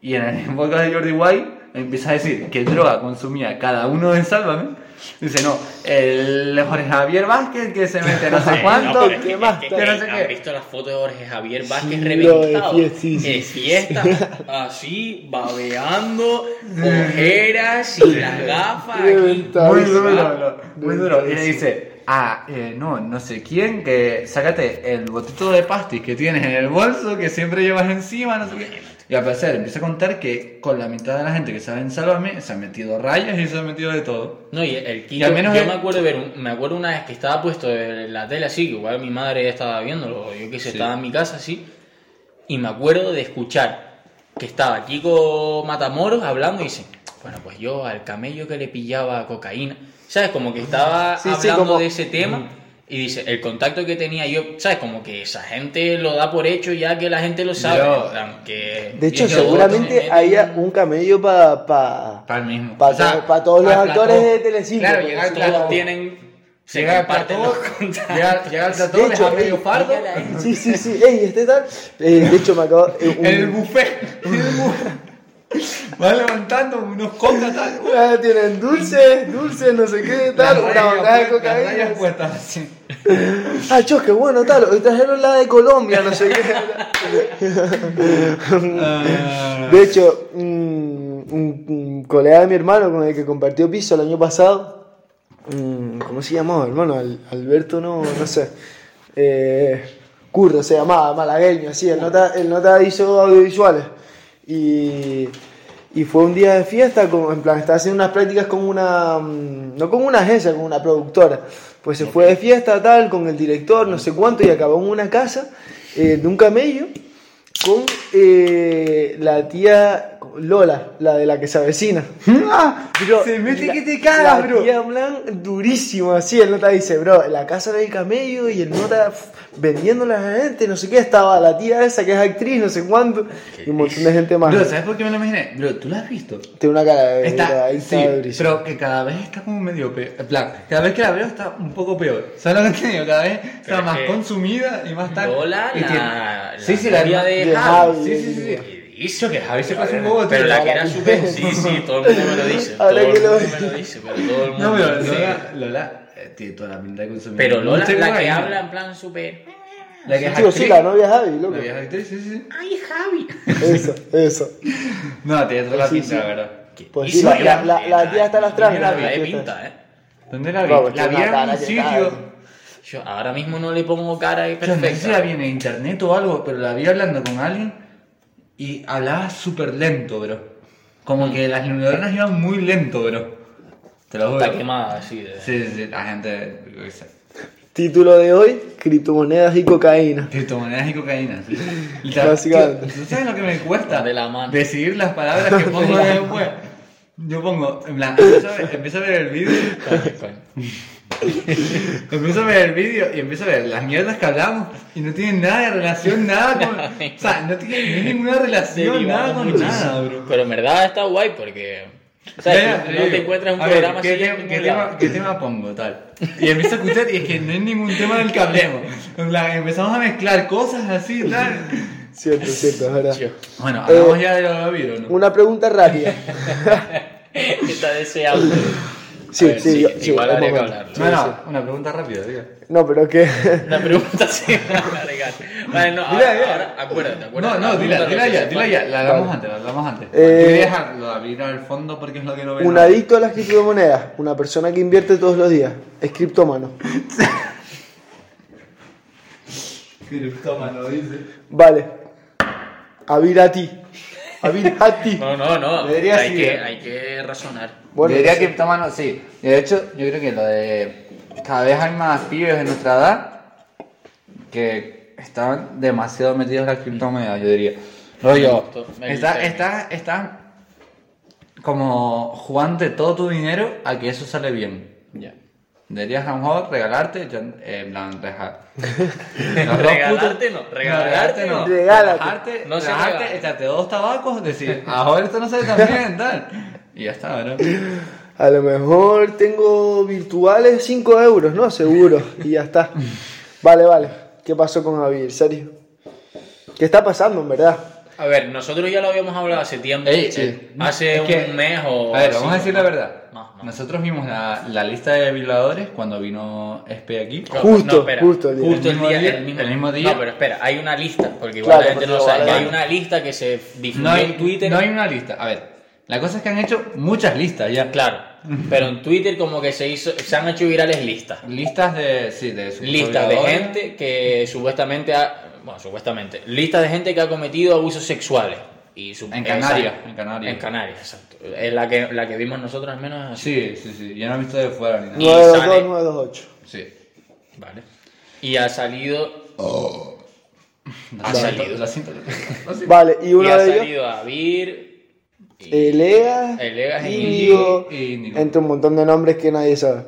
[SPEAKER 2] Y en el podcast de Jordi Wild empieza a decir qué droga consumía cada uno en Sálvame. Dice, no, el Jorge Javier Vázquez que se mete no sé cuánto.
[SPEAKER 1] No, pero es que-
[SPEAKER 3] ¿Qué más?
[SPEAKER 1] es que-
[SPEAKER 2] Que no sé
[SPEAKER 1] ¿Han
[SPEAKER 2] qué.
[SPEAKER 1] visto las fotos de Jorge Javier Vázquez
[SPEAKER 3] Sí,
[SPEAKER 1] reventado?
[SPEAKER 3] lo de fiesta, sí, sí.
[SPEAKER 1] De fiesta, así, babeando, ojeras y las gafas. aquí.
[SPEAKER 3] Reventado.
[SPEAKER 2] Muy
[SPEAKER 3] Sí,
[SPEAKER 2] duro,
[SPEAKER 3] va.
[SPEAKER 2] bro, muy duro. Y le dice, ah, eh, no, no sé quién, que sácate el botito de pastis que tienes en el bolso, que siempre llevas encima, no sé qué. Y al parecer empieza a contar que con la mitad de la gente que sabe en Sálvame se han metido rayas y se han metido de todo.
[SPEAKER 1] No, y el
[SPEAKER 2] Y
[SPEAKER 1] Kiko,
[SPEAKER 2] al menos
[SPEAKER 1] yo
[SPEAKER 2] él-
[SPEAKER 1] me acuerdo de ver, un- me acuerdo una vez que estaba puesto en la tele así, que igual mi madre estaba viéndolo, o yo qué sé, estaba en mi casa así, y me acuerdo de escuchar que estaba Kiko Matamoros hablando y dice, bueno, pues yo al camello que le pillaba cocaína, ¿sabes? Como que estaba
[SPEAKER 3] Sí, sí,
[SPEAKER 1] hablando
[SPEAKER 3] como-
[SPEAKER 1] de ese tema. Y dice, el contacto que tenía yo, ¿sabes? Como que esa gente lo da por hecho ya que la gente lo sabe.
[SPEAKER 2] Yo-
[SPEAKER 1] en plan, que-
[SPEAKER 3] De hecho,
[SPEAKER 1] y yo-
[SPEAKER 3] seguramente haya un camello para. Pa...
[SPEAKER 2] Para el mismo.
[SPEAKER 3] Pa' todo- pa' todos los actores de Telecinco,
[SPEAKER 2] Claro,
[SPEAKER 3] porque
[SPEAKER 2] llega el
[SPEAKER 1] Todos
[SPEAKER 2] plató.
[SPEAKER 1] tienen... Se
[SPEAKER 2] Llega el
[SPEAKER 1] comparten
[SPEAKER 2] plató,
[SPEAKER 1] los contactos.
[SPEAKER 2] llega, llega el plató,
[SPEAKER 3] De
[SPEAKER 2] les
[SPEAKER 3] hecho,
[SPEAKER 2] abre medio
[SPEAKER 3] ey,
[SPEAKER 2] fardo.
[SPEAKER 3] Sí, sí, sí. Ey, este tal. Eh, de hecho, me acabo. eh, un-
[SPEAKER 2] El buffet. el buffet. Va levantando unos cocas, tal.
[SPEAKER 3] Ah, tienen dulces, dulces, no sé qué, tal.
[SPEAKER 2] Las
[SPEAKER 3] Una
[SPEAKER 2] rayas
[SPEAKER 3] bandada de
[SPEAKER 2] puestas, las
[SPEAKER 3] cocaína.
[SPEAKER 2] rayas puestas, así.
[SPEAKER 3] Ah, chos, qué bueno, tal. Hoy trajeron la de Colombia, no sé qué.
[SPEAKER 2] Ah.
[SPEAKER 3] De hecho, un, un- un colega de mi hermano con el que compartió piso el año pasado, mm, ¿cómo se llamaba, hermano? Al- Alberto, no, no sé. Eh, Curro se llamaba, malagueño, así. Él nota, él nota hizo audiovisuales. Y, y fue un día de fiesta, como, en plan, estaba haciendo unas prácticas con una. mm, no con una agencia, con una productora. Pues se fue de fiesta, tal, con el director, no sé cuánto, y acabó en una casa eh, de un camello con eh, la tía Lola, la de la que se avecina. Bro,
[SPEAKER 2] se mete
[SPEAKER 3] la-
[SPEAKER 2] que te cagas,
[SPEAKER 3] la
[SPEAKER 2] bro.
[SPEAKER 3] Tía Blan durísimo, así el nota dice, bro, la casa del camello y el nota pf, vendiéndole a la gente, no sé qué, estaba la tía esa que es actriz, no sé cuánto, y un montón de gente más.
[SPEAKER 2] Bro, ¿sabes por qué me lo imaginé? Bro, ¿tú lo has visto?
[SPEAKER 3] Tiene una cara de bro,
[SPEAKER 2] Está,
[SPEAKER 3] ahí
[SPEAKER 2] sí,
[SPEAKER 3] está durísimo.
[SPEAKER 2] pero que cada vez está como medio peor. En plan, cada vez que la veo está un poco peor. ¿Sabes lo que te digo? Cada vez está
[SPEAKER 1] Pero
[SPEAKER 2] más
[SPEAKER 1] es que-
[SPEAKER 2] consumida y más tal.
[SPEAKER 1] Lola,
[SPEAKER 2] Y
[SPEAKER 1] la-
[SPEAKER 2] tiene-
[SPEAKER 1] la
[SPEAKER 2] sí, sí, la
[SPEAKER 1] novia
[SPEAKER 2] hermana-
[SPEAKER 1] de
[SPEAKER 2] de
[SPEAKER 3] Javi.
[SPEAKER 2] Sí, sí, sí. sí.
[SPEAKER 1] Hizo que Javi se
[SPEAKER 2] pase un huevo, tío.
[SPEAKER 1] Pero la que
[SPEAKER 3] Ahora
[SPEAKER 1] era
[SPEAKER 3] que-
[SPEAKER 1] súper. Sí, sí, todo el mundo me lo dice.
[SPEAKER 3] Ahora
[SPEAKER 1] todo
[SPEAKER 3] que
[SPEAKER 1] el
[SPEAKER 3] lo-
[SPEAKER 1] mundo me lo dice, pero todo el mundo.
[SPEAKER 2] No, pero
[SPEAKER 1] sí.
[SPEAKER 2] Lola, Lola eh, tiene toda la pinta de consumida.
[SPEAKER 1] Pero
[SPEAKER 2] No
[SPEAKER 1] Lola,
[SPEAKER 2] estoy
[SPEAKER 1] la que
[SPEAKER 2] guay,
[SPEAKER 1] habla en plan súper.
[SPEAKER 2] La que es
[SPEAKER 3] Tío, sí,
[SPEAKER 2] actriz.
[SPEAKER 3] la novia es Javi, loco.
[SPEAKER 2] La que es actriz, sí, sí.
[SPEAKER 1] ¡Ay, Javi!
[SPEAKER 3] Eso, eso.
[SPEAKER 2] No, tiene toda la
[SPEAKER 3] Sí,
[SPEAKER 2] pinta,
[SPEAKER 3] sí.
[SPEAKER 2] la verdad.
[SPEAKER 3] Pues sí, la, la- la- la tía está a las trancas.
[SPEAKER 1] La verdad de
[SPEAKER 3] la tía está-
[SPEAKER 1] pinta, ¿eh?
[SPEAKER 2] ¿Dónde la vi?
[SPEAKER 3] Vamos,
[SPEAKER 2] la
[SPEAKER 3] tiene
[SPEAKER 2] vi
[SPEAKER 3] una
[SPEAKER 2] en
[SPEAKER 3] cara
[SPEAKER 2] un
[SPEAKER 3] que eh.
[SPEAKER 2] sitio.
[SPEAKER 3] tal.
[SPEAKER 1] Yo ahora mismo no le pongo cara ahí
[SPEAKER 2] Yo no sé si la
[SPEAKER 1] perfecta.
[SPEAKER 2] vi en internet o algo, pero la vi hablando con alguien y hablaba súper lento, bro. Como que las neuronas iban muy lento, bro. Te lo juro.
[SPEAKER 1] Está quemada así de.
[SPEAKER 2] Sí, sí, sí, la gente. yo qué sé.
[SPEAKER 3] Título de hoy, criptomonedas y cocaína.
[SPEAKER 2] Criptomonedas y cocaína. sí. Y la-
[SPEAKER 3] Básicamente.
[SPEAKER 2] tío, ¿Tú sabes lo que me cuesta?
[SPEAKER 1] De la mano.
[SPEAKER 2] Decidir las palabras que pongo después. Yo pongo, en plan, empiezo a ver, empiezo a ver el vídeo
[SPEAKER 1] Coño, coño.
[SPEAKER 2] empiezo a ver el vídeo y empiezo a ver las mierdas que hablamos y no tienen nada de relación, nada con. o sea, no tienen ninguna relación, nada con
[SPEAKER 1] Muchísimo.
[SPEAKER 2] nada, bro.
[SPEAKER 1] Pero en verdad está guay porque. o sea,
[SPEAKER 2] Ya, ya,
[SPEAKER 1] no
[SPEAKER 2] digo,
[SPEAKER 1] te encuentras un
[SPEAKER 2] a ver,
[SPEAKER 1] programa
[SPEAKER 2] ¿qué,
[SPEAKER 1] así. en
[SPEAKER 2] te-
[SPEAKER 1] ningún
[SPEAKER 2] qué
[SPEAKER 1] lado.
[SPEAKER 2] tema, qué tema pongo? Tal. Y empiezo a escuchar y es que no hay ningún tema del que hablemos. En plan, empezamos a mezclar cosas así, tal.
[SPEAKER 3] Cierto, cierto, es verdad.
[SPEAKER 1] Yo,
[SPEAKER 2] Bueno, hablamos ya de lo virus, ¿no?
[SPEAKER 3] Eh, Una pregunta rápida.
[SPEAKER 1] Está deseado.
[SPEAKER 3] Sí,
[SPEAKER 1] A ver,
[SPEAKER 3] sí,
[SPEAKER 1] sí,
[SPEAKER 3] yo-
[SPEAKER 1] igual
[SPEAKER 3] sí, un
[SPEAKER 1] habría que
[SPEAKER 3] momento.
[SPEAKER 1] hablarlo.
[SPEAKER 2] No, no, una pregunta rápida, diga.
[SPEAKER 3] No, pero que.
[SPEAKER 1] La pregunta sí. legal. Vale, no, ahora,
[SPEAKER 2] Dila, dila.
[SPEAKER 1] ahora acuérdate,
[SPEAKER 2] No,
[SPEAKER 1] acuérdate.
[SPEAKER 2] no,
[SPEAKER 1] La
[SPEAKER 2] dila,
[SPEAKER 1] pregunta
[SPEAKER 2] dila
[SPEAKER 1] lo que
[SPEAKER 2] ya,
[SPEAKER 1] se
[SPEAKER 2] dila
[SPEAKER 1] fue.
[SPEAKER 2] ya. La hablamos antes, la hablamos antes. Yo
[SPEAKER 3] Eh,
[SPEAKER 2] voy a dejar lo de abrir al fondo porque es lo que no veo.
[SPEAKER 3] Un adicto a las criptomonedas, una persona que invierte todos los días, es criptómano.
[SPEAKER 2] Criptómano, dice.
[SPEAKER 3] Vale. A vir a ti. A vir a ti.
[SPEAKER 1] No, no, no.
[SPEAKER 2] Le diría
[SPEAKER 1] hay,
[SPEAKER 2] sí,
[SPEAKER 1] que,
[SPEAKER 2] eh.
[SPEAKER 1] hay que razonar.
[SPEAKER 3] Bueno,
[SPEAKER 2] yo diría
[SPEAKER 3] sí.
[SPEAKER 2] criptómano, sí. Y de hecho, yo creo que lo de. Cada vez hay más pibes de nuestra edad que están demasiado metidos en la criptomoneda, yo diría. Rollo,
[SPEAKER 1] Me gusta,
[SPEAKER 2] estás
[SPEAKER 1] me
[SPEAKER 2] está, está como jugante todo tu dinero a que eso sale bien.
[SPEAKER 1] Ya.
[SPEAKER 2] Deberías a lo mejor regalarte, yo, eh, en plan, dejar.
[SPEAKER 1] Regalarte no, regalarte no.
[SPEAKER 3] Regálate.
[SPEAKER 2] Relajarte,
[SPEAKER 1] No se
[SPEAKER 2] relajarte,
[SPEAKER 1] regala.
[SPEAKER 2] echarte dos tabacos, decir, ahora esto no sale tan bien, tal. Y ya está, ¿verdad?
[SPEAKER 3] A lo mejor tengo virtuales 5 euros, ¿no? Seguro. Y ya está. Vale, vale. ¿Qué pasó con Avir? Serio. ¿Qué está pasando, en verdad?
[SPEAKER 1] A ver, nosotros ya lo habíamos hablado hace tiempo.
[SPEAKER 2] Ey,
[SPEAKER 1] Sí.
[SPEAKER 2] eh,
[SPEAKER 1] hace
[SPEAKER 2] es
[SPEAKER 1] un
[SPEAKER 2] que-
[SPEAKER 1] mes o.
[SPEAKER 2] A ver,
[SPEAKER 1] así,
[SPEAKER 2] vamos a decir
[SPEAKER 1] ¿no?
[SPEAKER 2] la verdad.
[SPEAKER 1] No, no.
[SPEAKER 2] Nosotros vimos la, la lista de violadores cuando vino Espe aquí.
[SPEAKER 1] No,
[SPEAKER 3] Justo,
[SPEAKER 1] no, espera.
[SPEAKER 3] justo el día.
[SPEAKER 1] Justo el
[SPEAKER 2] mismo
[SPEAKER 1] día,
[SPEAKER 2] día,
[SPEAKER 1] el mismo,
[SPEAKER 2] el mismo día.
[SPEAKER 1] No, pero espera, hay una lista, porque igual
[SPEAKER 3] Claro,
[SPEAKER 1] la gente no
[SPEAKER 3] porque
[SPEAKER 1] lo sabe.
[SPEAKER 3] vale,
[SPEAKER 1] que hay
[SPEAKER 3] vale.
[SPEAKER 1] una lista que se difundió
[SPEAKER 2] No hay,
[SPEAKER 1] en Twitter.
[SPEAKER 2] no hay una lista. A ver, la cosa es que han hecho muchas listas ya.
[SPEAKER 1] Claro, pero en Twitter como que se hizo, se han hecho virales listas.
[SPEAKER 2] Listas de. Sí, de sus
[SPEAKER 1] Listas de
[SPEAKER 2] violadores.
[SPEAKER 1] gente que supuestamente ha, bueno, supuestamente, listas de gente que ha cometido abusos sexuales. Y su-
[SPEAKER 2] En Canarias,
[SPEAKER 1] esa-
[SPEAKER 2] en Canarias.
[SPEAKER 1] En Canarias, exacto. Es la que, la que vimos nosotros al menos. es así.
[SPEAKER 2] Sí, sí, sí. Yo no he visto de fuera ni nada.
[SPEAKER 1] Y sale-
[SPEAKER 3] 92928.
[SPEAKER 2] Sí.
[SPEAKER 1] Vale. Y ha salido,
[SPEAKER 2] Lo
[SPEAKER 1] Ha
[SPEAKER 2] siento,
[SPEAKER 1] salido.
[SPEAKER 2] Lo siento. Lo siento.
[SPEAKER 3] Vale, y
[SPEAKER 1] y
[SPEAKER 3] uno
[SPEAKER 1] ha
[SPEAKER 3] de ellos.
[SPEAKER 1] salido Avir,
[SPEAKER 3] Elegas,
[SPEAKER 2] eh,
[SPEAKER 1] Elegas,
[SPEAKER 3] Indigo,
[SPEAKER 2] y Hmm. Indigo.
[SPEAKER 3] Eh, entre un montón de nombres que nadie sabe.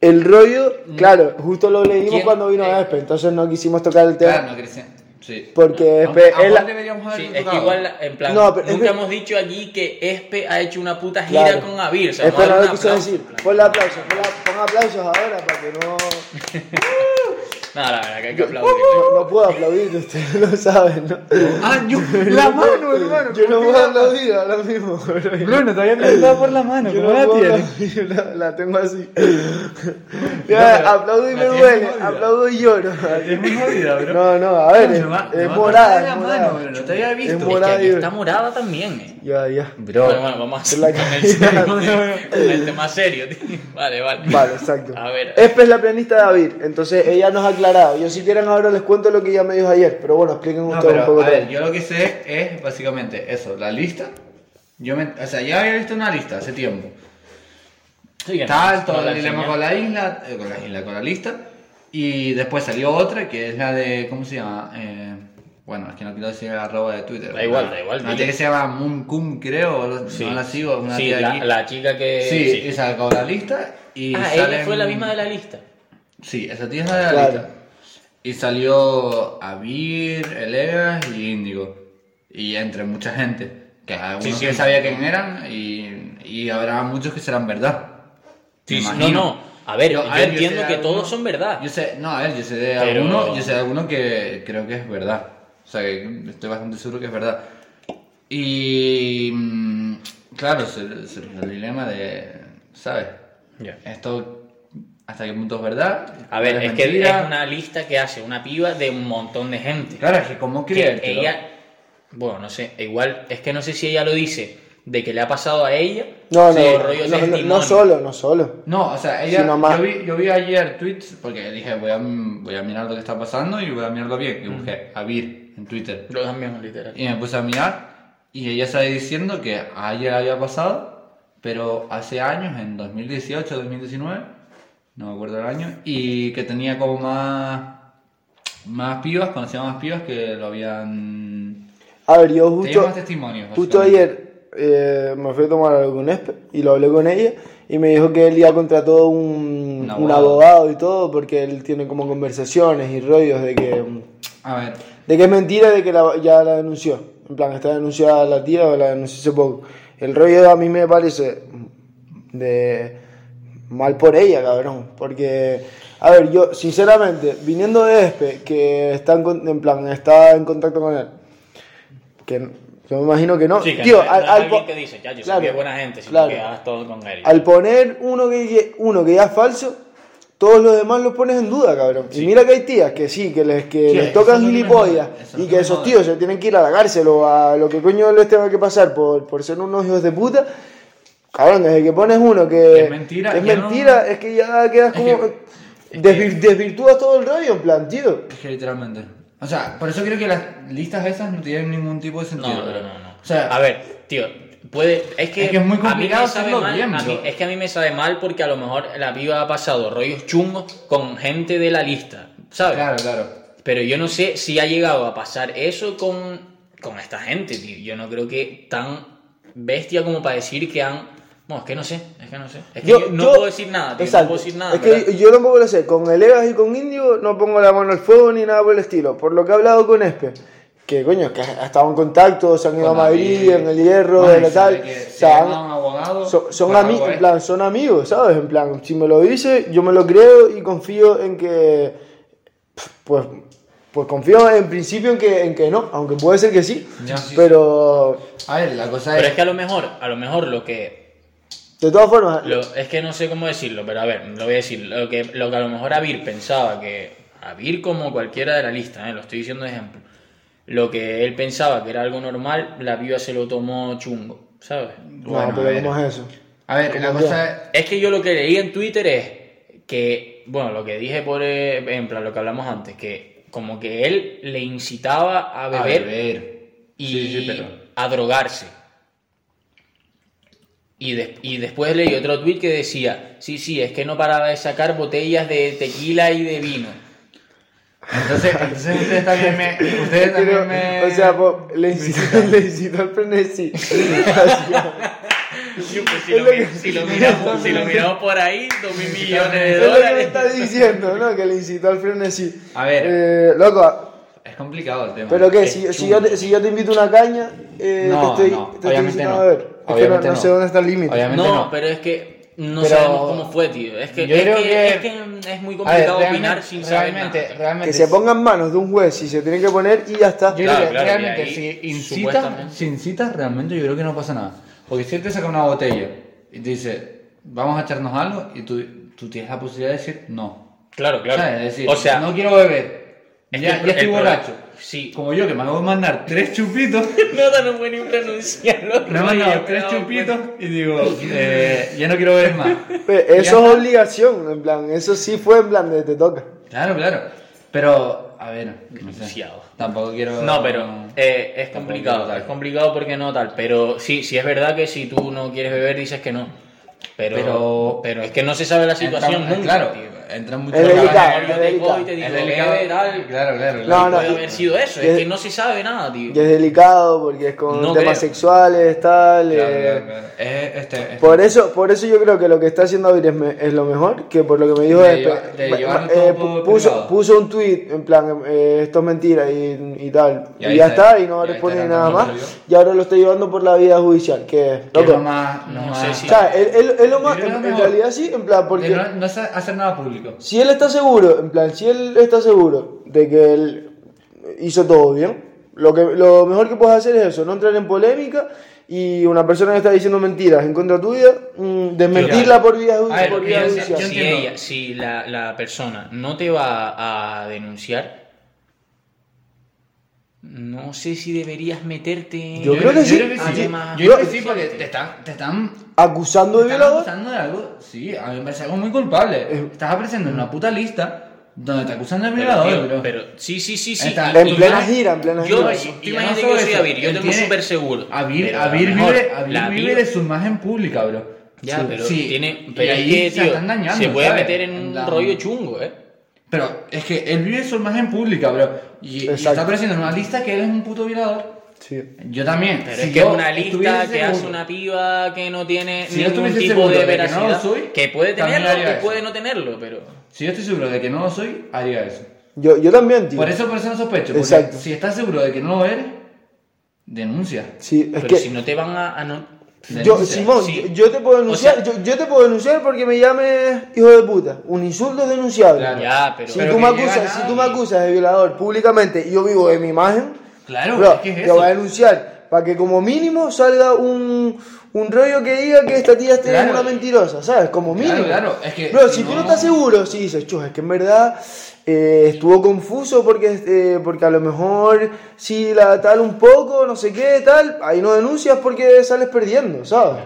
[SPEAKER 3] El rollo,
[SPEAKER 2] Hmm.
[SPEAKER 3] claro, justo lo leímos
[SPEAKER 1] ¿Quién?
[SPEAKER 3] cuando vino
[SPEAKER 1] Eh.
[SPEAKER 3] Espe, entonces no quisimos tocar el tema.
[SPEAKER 2] Claro, Ah, no crecen. Sí.
[SPEAKER 3] Porque
[SPEAKER 2] ¿A-
[SPEAKER 3] Espe,
[SPEAKER 2] a
[SPEAKER 3] Pues, él-
[SPEAKER 2] cuál deberíamos haber
[SPEAKER 1] Sí, es que
[SPEAKER 2] tocado?
[SPEAKER 1] igual, en plan,
[SPEAKER 3] No, pero es
[SPEAKER 1] nunca
[SPEAKER 3] que-
[SPEAKER 1] hemos dicho aquí que Espe ha hecho una puta gira
[SPEAKER 3] Claro.
[SPEAKER 1] con Avir. O sea,
[SPEAKER 3] Espe
[SPEAKER 1] vamos a
[SPEAKER 3] no
[SPEAKER 1] dar
[SPEAKER 3] lo
[SPEAKER 1] un
[SPEAKER 3] quiso
[SPEAKER 1] aplauso,
[SPEAKER 3] decir.
[SPEAKER 1] en plan.
[SPEAKER 3] Ponle aplausos, ponle- pon aplausos ahora para que no.
[SPEAKER 1] No, la verdad que hay que aplaudir.
[SPEAKER 3] No, no puedo aplaudir, ustedes lo saben, ¿no?
[SPEAKER 2] Ah, yo, la mano, hermano.
[SPEAKER 3] Yo no
[SPEAKER 2] ¿por qué
[SPEAKER 3] puedo
[SPEAKER 2] la-
[SPEAKER 3] aplaudir ahora mismo, bro. Yo
[SPEAKER 2] Bruno, todavía no estaba por la mano.
[SPEAKER 3] no
[SPEAKER 2] ¿Cómo la
[SPEAKER 3] puedo
[SPEAKER 2] tienes?
[SPEAKER 3] aplaudir, la, la tengo así. Ya,
[SPEAKER 2] pero
[SPEAKER 3] aplaudo y
[SPEAKER 2] la
[SPEAKER 3] me
[SPEAKER 2] tienes
[SPEAKER 3] duele,
[SPEAKER 2] jodida.
[SPEAKER 3] aplaudo y lloro.
[SPEAKER 2] Es muy jodida, bro.
[SPEAKER 3] No, no, a ver, es,
[SPEAKER 2] Coño, va- va
[SPEAKER 3] es
[SPEAKER 2] a cortar
[SPEAKER 3] morada,
[SPEAKER 2] la
[SPEAKER 3] es
[SPEAKER 2] mano,
[SPEAKER 3] morada.
[SPEAKER 2] bro. No te había visto.
[SPEAKER 3] Es
[SPEAKER 1] Es que
[SPEAKER 3] morada,
[SPEAKER 1] aquí
[SPEAKER 3] bro.
[SPEAKER 1] está morada también, eh.
[SPEAKER 3] Ya, ya.
[SPEAKER 2] Bro.
[SPEAKER 1] Bueno, bueno, vamos a hacer
[SPEAKER 3] La
[SPEAKER 1] con
[SPEAKER 3] cara.
[SPEAKER 1] el, con el- con el tema serio, tío. Vale, vale.
[SPEAKER 3] Vale, exacto. Eh,
[SPEAKER 1] A ver.
[SPEAKER 3] Espe es la pianista de David, entonces ella nos ha aclarado. Yo si quieren ahora les cuento lo que ya me dijo ayer, pero bueno, expliquen
[SPEAKER 2] No,
[SPEAKER 3] ustedes un
[SPEAKER 2] pero,
[SPEAKER 3] poco
[SPEAKER 2] a ver,
[SPEAKER 3] también.
[SPEAKER 2] yo lo que sé es básicamente eso, la lista. Yo me, o sea, ya había visto una lista hace tiempo.
[SPEAKER 1] Sí, que
[SPEAKER 2] Tal,
[SPEAKER 1] no,
[SPEAKER 2] todo
[SPEAKER 1] no la
[SPEAKER 2] el dilema
[SPEAKER 1] enseña.
[SPEAKER 2] con la isla, eh, con la isla, con la lista. Y después salió otra que es la de, ¿cómo se llama? Eh, bueno, es que no quiero decir el arroba de Twitter.
[SPEAKER 1] Da igual,
[SPEAKER 2] pero
[SPEAKER 1] da igual,
[SPEAKER 2] Una
[SPEAKER 1] dile.
[SPEAKER 2] tía que se llama Moon Kun, creo, o lo-
[SPEAKER 1] Sí.
[SPEAKER 2] no la sigo, una
[SPEAKER 1] Sí,
[SPEAKER 2] tía de
[SPEAKER 1] la,
[SPEAKER 2] aquí.
[SPEAKER 1] la chica que.
[SPEAKER 2] Sí,
[SPEAKER 1] sí.
[SPEAKER 2] y sacó la lista y
[SPEAKER 1] Ah, ella
[SPEAKER 2] salen-
[SPEAKER 1] fue la misma de la lista.
[SPEAKER 2] Sí, esa tía es la de la
[SPEAKER 3] Claro.
[SPEAKER 2] lista. Y salió Avir, Elegas y Índigo. Y entre mucha gente. Que algunos
[SPEAKER 1] Sí, sí.
[SPEAKER 2] que sabía quién eran y, y habrá muchos que serán verdad. Me
[SPEAKER 1] no,
[SPEAKER 2] imagino.
[SPEAKER 1] no. A ver, yo,
[SPEAKER 2] a ver,
[SPEAKER 1] entiendo
[SPEAKER 2] sé de
[SPEAKER 1] que
[SPEAKER 2] alguno-
[SPEAKER 1] todos son verdad.
[SPEAKER 2] Yo sé, no, a ver, yo sé de
[SPEAKER 1] Pero-
[SPEAKER 2] alguno, yo sé de alguno que creo que es verdad. O sea, que estoy bastante seguro que es verdad. Y mm, claro, se- se- el dilema de, ¿sabes?
[SPEAKER 1] Ya.
[SPEAKER 2] Esto hasta qué punto es verdad.
[SPEAKER 1] A ver,
[SPEAKER 2] ¿Cuál
[SPEAKER 1] es que es
[SPEAKER 2] mentira?
[SPEAKER 1] una lista que hace una piba de un montón de gente.
[SPEAKER 2] Claro, es que cómo
[SPEAKER 1] Que
[SPEAKER 2] creértelo.
[SPEAKER 1] ella. Bueno, no sé, igual, es que no sé si ella lo dice, de que le ha pasado a ella.
[SPEAKER 3] No,
[SPEAKER 1] sí,
[SPEAKER 3] no,
[SPEAKER 1] el rollo
[SPEAKER 3] no, no,
[SPEAKER 1] testimonio.
[SPEAKER 3] no solo, no solo.
[SPEAKER 2] No, o sea, ella.
[SPEAKER 3] Sino más-
[SPEAKER 2] Yo, vi, yo vi ayer tweets porque dije, voy a, voy a mirar lo que está pasando y voy a mirarlo bien. Y busqué a Vir en Twitter.
[SPEAKER 1] Lo cambiamos literal.
[SPEAKER 2] Y me puse a mirar y ella estaba diciendo que ayer había pasado, pero hace años, en 2018, 2019, no me acuerdo el año, y que tenía como más. Más pibas, conocía más pibas que lo habían.
[SPEAKER 3] A ver,
[SPEAKER 2] Tenía
[SPEAKER 3] yo justo,
[SPEAKER 2] más testimonios.
[SPEAKER 3] justo
[SPEAKER 2] básicamente.
[SPEAKER 3] ayer eh, me fui a tomar algo con Espe y lo hablé con ella y me dijo que él ya contrató un, un, un abogado y todo, porque él tiene como conversaciones y rollos de que,
[SPEAKER 2] A ver,
[SPEAKER 3] de que es mentira de que la- ya la denunció. En plan, está denunciada la tía o la denunció hace poco. El rollo a mí me parece de mal por ella, cabrón. Porque, a ver, yo, sinceramente, viniendo de Espe, que está en, con- en plan, está en contacto con él, que n- yo me imagino que no.
[SPEAKER 1] Sí, que
[SPEAKER 3] Tío,
[SPEAKER 1] no, no
[SPEAKER 3] al,
[SPEAKER 1] es
[SPEAKER 3] al
[SPEAKER 1] alguien
[SPEAKER 3] po-
[SPEAKER 1] que dice, ya, yo
[SPEAKER 3] Claro,
[SPEAKER 1] soy de buena gente, sino
[SPEAKER 3] claro.
[SPEAKER 1] que hagas todo con él.
[SPEAKER 3] al poner uno que, uno que ya es falso, todos los demás los pones en duda, cabrón. Y mira que hay tías que sí, que les, que
[SPEAKER 2] Sí,
[SPEAKER 3] les
[SPEAKER 2] eso
[SPEAKER 3] tocan
[SPEAKER 2] no me
[SPEAKER 3] gilipollas
[SPEAKER 2] joda, eso
[SPEAKER 3] y
[SPEAKER 2] no
[SPEAKER 3] que
[SPEAKER 2] me
[SPEAKER 3] esos
[SPEAKER 2] joda.
[SPEAKER 3] tíos se tienen que ir a la cárcel o a lo que coño les tenga que pasar por, por ser unos hijos de puta. Cabrón, desde que pones uno que.
[SPEAKER 2] es mentira,
[SPEAKER 3] que es
[SPEAKER 2] ya no-
[SPEAKER 3] mentira, es que ya quedas como. desvi- desvirtúas todo el rollo, en plan, tío.
[SPEAKER 2] es que literalmente. O sea, por eso creo que las listas esas no tienen ningún tipo de
[SPEAKER 1] No,
[SPEAKER 2] sentido.
[SPEAKER 1] no, no, no.
[SPEAKER 2] O sea,
[SPEAKER 1] a ver, tío, puede. Es que,
[SPEAKER 2] Es que es
[SPEAKER 1] a
[SPEAKER 2] muy
[SPEAKER 1] mí me
[SPEAKER 2] complicado
[SPEAKER 1] sabe
[SPEAKER 2] hacerlo
[SPEAKER 1] mal-
[SPEAKER 2] bien,
[SPEAKER 1] a mí-
[SPEAKER 2] bro.
[SPEAKER 1] Es que a mí me sabe mal porque a lo mejor la piba ha pasado rollos chungos con gente de la lista, ¿sabes?
[SPEAKER 2] claro, claro.
[SPEAKER 1] Pero yo no sé si ha llegado a pasar eso con, con esta gente, tío. Yo no creo que tan bestia como para decir que han. Bueno, es que no sé, es que no sé. Es que yo, no puedo decir nada, tío.
[SPEAKER 3] Exacto.
[SPEAKER 1] No puedo decir nada.
[SPEAKER 3] Es que
[SPEAKER 1] ¿verdad?
[SPEAKER 3] yo tampoco lo sé. Con Elevas y con Indio no pongo la mano al fuego ni nada por el estilo. Por lo que he hablado con Espe, que coño, que ha estado en contacto, se han ido a Madrid, en el Hierro,
[SPEAKER 2] Bueno,
[SPEAKER 3] en la
[SPEAKER 2] y sabe
[SPEAKER 3] tal.
[SPEAKER 2] que
[SPEAKER 3] o
[SPEAKER 2] si
[SPEAKER 3] sea,
[SPEAKER 2] llama
[SPEAKER 3] han-
[SPEAKER 2] un abogado,
[SPEAKER 3] son, son
[SPEAKER 2] por
[SPEAKER 3] ami-
[SPEAKER 2] algo
[SPEAKER 3] en
[SPEAKER 1] ¿eh?
[SPEAKER 2] es.
[SPEAKER 3] plan, son amigos, ¿sabes? En plan, si me lo dice, yo me lo creo y confío en que. Pues, pues confío en principio en que, en que no, aunque puede ser que sí.
[SPEAKER 2] Ya, sí,
[SPEAKER 3] pero
[SPEAKER 2] A ver, la cosa
[SPEAKER 1] Pero
[SPEAKER 2] es.
[SPEAKER 1] es que a lo mejor, a lo mejor lo que
[SPEAKER 3] de todas formas,
[SPEAKER 1] Lo- es que no sé cómo decirlo, pero a ver, lo voy a decir. Lo que, lo que a lo mejor Avir pensaba que. Avir, como cualquiera de la lista, ¿eh? lo estoy diciendo de ejemplo. Lo que él pensaba que era algo normal, la viva se lo tomó chungo, ¿sabes?
[SPEAKER 3] no,
[SPEAKER 2] bueno,
[SPEAKER 3] pero
[SPEAKER 2] a ver.
[SPEAKER 3] ¿cómo es eso?
[SPEAKER 2] A ver, la
[SPEAKER 3] Como
[SPEAKER 2] cosa
[SPEAKER 3] sea.
[SPEAKER 2] es.
[SPEAKER 1] Es que yo lo que leí en Twitter es que, bueno, lo que dije por eh, en plan, lo que hablamos antes, que como que él le incitaba a
[SPEAKER 2] A
[SPEAKER 1] beber,
[SPEAKER 2] beber.
[SPEAKER 1] y
[SPEAKER 2] Sí, sí, pero-
[SPEAKER 1] a drogarse. Y, des- y después leí otro tweet que decía, sí, sí, es que no paraba de sacar botellas de tequila y de vino.
[SPEAKER 2] Entonces, entonces ustedes también me. Ustedes
[SPEAKER 3] Pero,
[SPEAKER 2] también me.
[SPEAKER 3] O sea, po, le incitó, le incitó al frenesí. Básicamente.
[SPEAKER 1] pues, si,
[SPEAKER 3] Es lo
[SPEAKER 1] lo, mi-
[SPEAKER 3] que-
[SPEAKER 1] si lo miramos, si lo miramos por ahí, dos mil millones de
[SPEAKER 3] es lo que me
[SPEAKER 1] dólares.
[SPEAKER 3] está diciendo, ¿no? Que le incitó al frenesí.
[SPEAKER 2] A ver.
[SPEAKER 3] Eh, loco,
[SPEAKER 2] es complicado el tema.
[SPEAKER 3] ¿pero qué?
[SPEAKER 1] Es
[SPEAKER 3] Si, si,
[SPEAKER 1] chungo.
[SPEAKER 3] yo te, si yo te invito una caña, eh,
[SPEAKER 4] No,
[SPEAKER 3] te estoy,
[SPEAKER 4] no,
[SPEAKER 3] te estoy
[SPEAKER 4] obviamente
[SPEAKER 3] incitando
[SPEAKER 4] no.
[SPEAKER 3] a ver. Es que no,
[SPEAKER 4] Obviamente
[SPEAKER 3] no
[SPEAKER 4] no.
[SPEAKER 3] sé dónde está el límite.
[SPEAKER 4] Obviamente-
[SPEAKER 1] No,
[SPEAKER 4] no.
[SPEAKER 1] pero es que no
[SPEAKER 4] Pero-
[SPEAKER 1] sabemos cómo fue, tío. Es que,
[SPEAKER 4] Yo
[SPEAKER 1] es,
[SPEAKER 4] creo
[SPEAKER 1] que,
[SPEAKER 4] que-
[SPEAKER 1] es que es muy
[SPEAKER 4] A ver,
[SPEAKER 1] complicado opinar
[SPEAKER 4] realmente-
[SPEAKER 1] sin saber nada.
[SPEAKER 4] realmente, realmente
[SPEAKER 3] Que se
[SPEAKER 4] sí.
[SPEAKER 3] ponga en manos de un juez si se tiene que poner y ya está.
[SPEAKER 4] Yo
[SPEAKER 1] Claro,
[SPEAKER 4] creo que
[SPEAKER 1] claro,
[SPEAKER 4] realmente,
[SPEAKER 1] y ahí,
[SPEAKER 4] si incitas,
[SPEAKER 1] supuestamente.
[SPEAKER 2] Si incitas realmente, yo creo que no pasa nada. Porque si él te saca una botella y te dice, vamos a echarnos algo, y tú, tú tienes la posibilidad de decir no.
[SPEAKER 1] Claro, claro.
[SPEAKER 2] ¿Sabes? Ah, Es decir,
[SPEAKER 1] o sea,
[SPEAKER 2] no quiero beber.
[SPEAKER 1] es que
[SPEAKER 2] ya,
[SPEAKER 1] el-
[SPEAKER 2] ya estoy
[SPEAKER 1] el
[SPEAKER 2] borracho.
[SPEAKER 1] problema- Sí.
[SPEAKER 2] Como yo, que me acabo de mandar tres chupitos.
[SPEAKER 1] Nada, no puede ni pronunciarlo.
[SPEAKER 2] Me he mandado tres chupitos y digo, eh, ya no quiero beber más.
[SPEAKER 3] Pero
[SPEAKER 2] Ya
[SPEAKER 3] eso es
[SPEAKER 2] está.
[SPEAKER 3] obligación, en plan, eso sí fue en plan de te toca.
[SPEAKER 2] Claro, claro. Pero, a ver, no sé.
[SPEAKER 1] Demasiado.
[SPEAKER 2] Tampoco quiero.
[SPEAKER 1] No, pero eh, es complicado,
[SPEAKER 2] tal.
[SPEAKER 1] es complicado porque no tal. Pero sí, sí es verdad que si tú no quieres beber dices que no. Pero, pero,
[SPEAKER 2] Pero-
[SPEAKER 1] es que no se sabe la situación
[SPEAKER 2] Entra-
[SPEAKER 1] nunca.
[SPEAKER 2] Claro,
[SPEAKER 1] tío.
[SPEAKER 2] entra mucho
[SPEAKER 3] Es
[SPEAKER 2] en la-
[SPEAKER 3] delicado,
[SPEAKER 1] A lo mejor yo
[SPEAKER 3] es
[SPEAKER 1] te cojo
[SPEAKER 3] delicado.
[SPEAKER 1] y te digo,
[SPEAKER 2] Es delicado.
[SPEAKER 1] "Bebe, tal".
[SPEAKER 2] Claro, claro. claro.
[SPEAKER 3] No, no.
[SPEAKER 1] Puede haber sido eso, es
[SPEAKER 3] Es-
[SPEAKER 1] que no se sabe nada, tío.
[SPEAKER 3] Y es delicado porque es con
[SPEAKER 1] No
[SPEAKER 3] temas
[SPEAKER 1] creo.
[SPEAKER 3] sexuales, tal.
[SPEAKER 2] Claro,
[SPEAKER 3] eh,
[SPEAKER 2] claro, claro. Es, este, es-
[SPEAKER 3] Por eso, por eso yo creo que lo que está haciendo Aviles es lo mejor, que por lo que me dijo
[SPEAKER 2] De
[SPEAKER 3] Espe-
[SPEAKER 2] llevar- de
[SPEAKER 3] ma-
[SPEAKER 2] llevarlo
[SPEAKER 3] ma- eh,
[SPEAKER 2] todo
[SPEAKER 3] pu-
[SPEAKER 2] por
[SPEAKER 3] puso,
[SPEAKER 2] privado.
[SPEAKER 3] puso un tweet en plan, eh, esto es mentira y, y tal,
[SPEAKER 2] Y
[SPEAKER 3] y,
[SPEAKER 2] ahí
[SPEAKER 3] ya
[SPEAKER 2] está,
[SPEAKER 3] está, y no
[SPEAKER 2] y ahí
[SPEAKER 3] responde
[SPEAKER 2] está,
[SPEAKER 3] nada
[SPEAKER 2] no
[SPEAKER 3] más,
[SPEAKER 2] salió.
[SPEAKER 3] y ahora lo está llevando por la vía judicial, que es
[SPEAKER 2] que
[SPEAKER 3] loco.
[SPEAKER 2] es lo más. lo
[SPEAKER 1] No
[SPEAKER 2] más-
[SPEAKER 1] sé si-
[SPEAKER 3] O sea, él- él- él lo
[SPEAKER 2] Yo
[SPEAKER 3] más,
[SPEAKER 2] creo
[SPEAKER 3] en,
[SPEAKER 2] que
[SPEAKER 3] en
[SPEAKER 2] mejor.
[SPEAKER 3] realidad sí, en plan, porque
[SPEAKER 2] de no, no hacer hacer nada público.
[SPEAKER 3] si él está seguro, en plan, si él está seguro de que él hizo todo bien, lo, que, lo mejor que puedes hacer es eso, no entrar en polémica y una persona que está diciendo mentiras en contra tuya, mm, desmentirla por vía, ju-
[SPEAKER 2] A ver,
[SPEAKER 3] por vía
[SPEAKER 2] yo- yo
[SPEAKER 3] judicial.
[SPEAKER 1] si
[SPEAKER 2] entiendo.
[SPEAKER 1] ella, si la, la persona no te va a denunciar, no sé si deberías meterte en
[SPEAKER 3] Yo creo que sí.
[SPEAKER 2] Yo,
[SPEAKER 3] Yo-
[SPEAKER 2] creo que sí, porque te están. Te están
[SPEAKER 3] Acusando
[SPEAKER 2] te
[SPEAKER 3] de
[SPEAKER 2] están
[SPEAKER 3] violador.
[SPEAKER 2] acusando de algo. Sí, a mí me parece algo muy
[SPEAKER 3] Eh.
[SPEAKER 2] culpable. Estás apareciendo en una puta lista donde te acusan de
[SPEAKER 1] Pero,
[SPEAKER 3] eh,
[SPEAKER 2] violador,
[SPEAKER 1] tío,
[SPEAKER 2] bro.
[SPEAKER 1] pero sí, sí, sí, sí.
[SPEAKER 2] Está-
[SPEAKER 1] y-
[SPEAKER 3] En
[SPEAKER 1] y
[SPEAKER 3] plena
[SPEAKER 1] más-
[SPEAKER 3] gira, en plena
[SPEAKER 1] Yo,
[SPEAKER 3] gira.
[SPEAKER 1] tú
[SPEAKER 2] Y ya no
[SPEAKER 1] imagínate que
[SPEAKER 2] solo
[SPEAKER 1] yo soy
[SPEAKER 2] eso,
[SPEAKER 1] Avir, yo
[SPEAKER 2] él
[SPEAKER 1] tengo
[SPEAKER 2] tiene-
[SPEAKER 1] súper seguro.
[SPEAKER 2] Avir,
[SPEAKER 1] Pero
[SPEAKER 2] Avir
[SPEAKER 1] a lo mejor
[SPEAKER 2] vive, Avir
[SPEAKER 1] la
[SPEAKER 2] vive
[SPEAKER 1] piba-
[SPEAKER 2] de su imagen pública, bro.
[SPEAKER 1] Ya,
[SPEAKER 2] Sí.
[SPEAKER 1] pero
[SPEAKER 2] Sí,
[SPEAKER 1] tiene.
[SPEAKER 2] y
[SPEAKER 1] Pero
[SPEAKER 2] ahí
[SPEAKER 1] es que,
[SPEAKER 2] se
[SPEAKER 1] tío,
[SPEAKER 2] están dañando,
[SPEAKER 1] se puede
[SPEAKER 2] ¿sabes?
[SPEAKER 1] meter en un
[SPEAKER 2] La-
[SPEAKER 1] rollo chungo, ¿eh?
[SPEAKER 2] Pero es que él vive su imagen pública, bro. Y, y
[SPEAKER 3] Exacto.
[SPEAKER 2] está apareciendo en una lista que él es un puto violador.
[SPEAKER 3] Sí.
[SPEAKER 2] Yo también.
[SPEAKER 1] Pero
[SPEAKER 2] Si
[SPEAKER 1] es que
[SPEAKER 2] yo
[SPEAKER 1] una lista
[SPEAKER 2] estuviese
[SPEAKER 1] que hace
[SPEAKER 2] seguro-
[SPEAKER 1] una piba que no tiene
[SPEAKER 2] Si yo
[SPEAKER 1] ningún
[SPEAKER 2] estuviese
[SPEAKER 1] tipo
[SPEAKER 2] seguro
[SPEAKER 1] de
[SPEAKER 2] de que no
[SPEAKER 1] veracidad,
[SPEAKER 2] lo soy,
[SPEAKER 1] que puede
[SPEAKER 2] también
[SPEAKER 1] tenerlo,
[SPEAKER 2] haría
[SPEAKER 1] que
[SPEAKER 2] eso.
[SPEAKER 1] puede no tenerlo, pero...
[SPEAKER 2] Si yo estoy seguro de que no lo soy, haría eso.
[SPEAKER 3] Yo, yo también, tío.
[SPEAKER 2] Por eso, por eso no sospecho. Porque
[SPEAKER 3] Exacto.
[SPEAKER 2] si estás seguro de que no lo eres, denuncia.
[SPEAKER 3] Sí, es
[SPEAKER 1] Pero
[SPEAKER 3] que.
[SPEAKER 1] si no te van a... a no-
[SPEAKER 3] Yo,
[SPEAKER 2] Denuncia.
[SPEAKER 3] Simón,
[SPEAKER 1] sí.
[SPEAKER 3] yo, yo te puedo denunciar,
[SPEAKER 1] O
[SPEAKER 3] yo, yo te puedo denunciar porque me llames hijo de puta. Un insulto es denunciable.
[SPEAKER 2] Claro.
[SPEAKER 1] Ya, pero...
[SPEAKER 3] Si,
[SPEAKER 2] Pero
[SPEAKER 3] tú
[SPEAKER 2] que
[SPEAKER 3] me
[SPEAKER 2] llega
[SPEAKER 3] acusas,
[SPEAKER 2] nada
[SPEAKER 3] si tú me
[SPEAKER 2] y-
[SPEAKER 3] acusas de violador públicamente y yo vivo de mi imagen,
[SPEAKER 2] Claro,
[SPEAKER 3] bro,
[SPEAKER 2] es que es
[SPEAKER 3] te
[SPEAKER 2] eso.
[SPEAKER 3] voy a denunciar para que como mínimo salga un, un rollo que diga que esta tía este
[SPEAKER 2] Claro.
[SPEAKER 3] es una mentirosa, ¿sabes? Como
[SPEAKER 2] Claro,
[SPEAKER 3] mínimo.
[SPEAKER 2] claro, es que
[SPEAKER 3] Bro,
[SPEAKER 2] si
[SPEAKER 3] si tú
[SPEAKER 2] no-
[SPEAKER 3] no estás seguro, si dices, chus, es que en verdad eh, estuvo confuso porque, eh, porque a lo mejor si la tal un poco, no sé qué, tal, ahí no denuncias porque sales perdiendo, ¿sabes?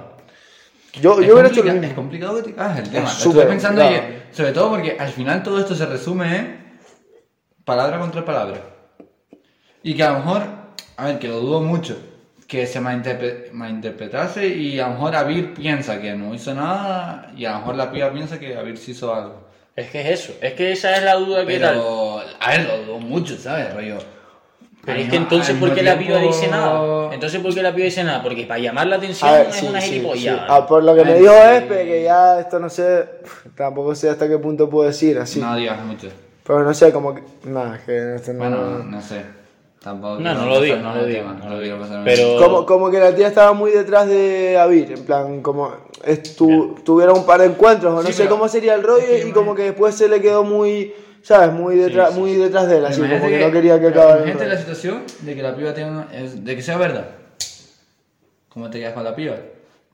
[SPEAKER 3] Yo,
[SPEAKER 2] Es
[SPEAKER 3] yo hubiera hecho
[SPEAKER 2] complica-
[SPEAKER 3] lo
[SPEAKER 2] Es
[SPEAKER 3] mismo.
[SPEAKER 2] complicado que te cagas el tema. Lo
[SPEAKER 3] súper
[SPEAKER 2] Estuve pensando
[SPEAKER 3] complicado.
[SPEAKER 2] ayer. Sobre todo porque al final todo esto se resume en palabra contra palabra. Y que a lo mejor, a ver, que lo dudo mucho, que se malinterpre- malinterpretase y a lo mejor Avir piensa que no hizo nada y a lo mejor la piba piensa que Avir sí hizo algo.
[SPEAKER 1] Es que es eso, es que esa es la duda que tal.
[SPEAKER 2] Pero, a ver, lo dudo mucho, ¿sabes, rollo?
[SPEAKER 1] Pero
[SPEAKER 2] Al
[SPEAKER 1] es que
[SPEAKER 2] mismo-
[SPEAKER 1] entonces,
[SPEAKER 2] al
[SPEAKER 1] ¿por qué
[SPEAKER 2] mismo
[SPEAKER 1] la piba
[SPEAKER 2] tiempo-
[SPEAKER 1] dice nada? Entonces, ¿por qué la piba dice nada? Porque para llamar la atención
[SPEAKER 3] A ver,
[SPEAKER 1] es
[SPEAKER 3] sí,
[SPEAKER 1] una
[SPEAKER 3] sí,
[SPEAKER 1] gilipollada.
[SPEAKER 3] sí. Ah, por lo que
[SPEAKER 2] Ay,
[SPEAKER 3] me dijo
[SPEAKER 2] sí.
[SPEAKER 3] Espe, que ya esto no sé, tampoco sé hasta qué punto puedo decir así.
[SPEAKER 2] No digas mucho.
[SPEAKER 3] Pero no sé, como que. Nada, que esto no.
[SPEAKER 2] Bueno, no sé. Tampoco.
[SPEAKER 1] No, no
[SPEAKER 2] quiero
[SPEAKER 1] lo digo,
[SPEAKER 2] pasar
[SPEAKER 1] no lo
[SPEAKER 2] el
[SPEAKER 1] digo,
[SPEAKER 2] tema,
[SPEAKER 1] no lo digo.
[SPEAKER 2] pasar el
[SPEAKER 1] Pero-
[SPEAKER 3] Como, como que la tía estaba muy detrás de Avir, en plan, como estu- tuvieron un par de encuentros, o no
[SPEAKER 2] Sí,
[SPEAKER 3] sé
[SPEAKER 2] pero-
[SPEAKER 3] cómo sería el rollo, y como que después se le quedó muy, ¿sabes? Muy detrás, muy detrás de él, así como
[SPEAKER 2] Imagínate
[SPEAKER 3] que, no quería que acabara el
[SPEAKER 2] Imagínate
[SPEAKER 3] rollo.
[SPEAKER 2] la situación de que la piba tenga una- es- de que sea verdad. ¿Cómo te quedas con la piba?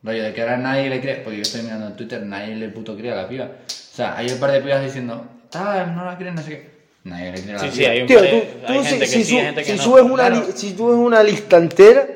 [SPEAKER 2] Rollo, de que ahora nadie le cree, porque yo estoy mirando en Twitter, nadie le puto cree a la piba. O sea, hay un par de pibas diciendo, tal, no la creen, no sé qué. Nadie le cree a la
[SPEAKER 1] Sí,
[SPEAKER 2] piba.
[SPEAKER 1] sí, hay un
[SPEAKER 3] Tío,
[SPEAKER 1] par de-
[SPEAKER 3] tú,
[SPEAKER 1] hay
[SPEAKER 3] tú si,
[SPEAKER 1] gente que
[SPEAKER 3] si
[SPEAKER 1] sí, hay
[SPEAKER 3] su-
[SPEAKER 1] gente que
[SPEAKER 3] si
[SPEAKER 1] no.
[SPEAKER 3] subes una
[SPEAKER 2] Claro.
[SPEAKER 3] li- si subes una lista entera,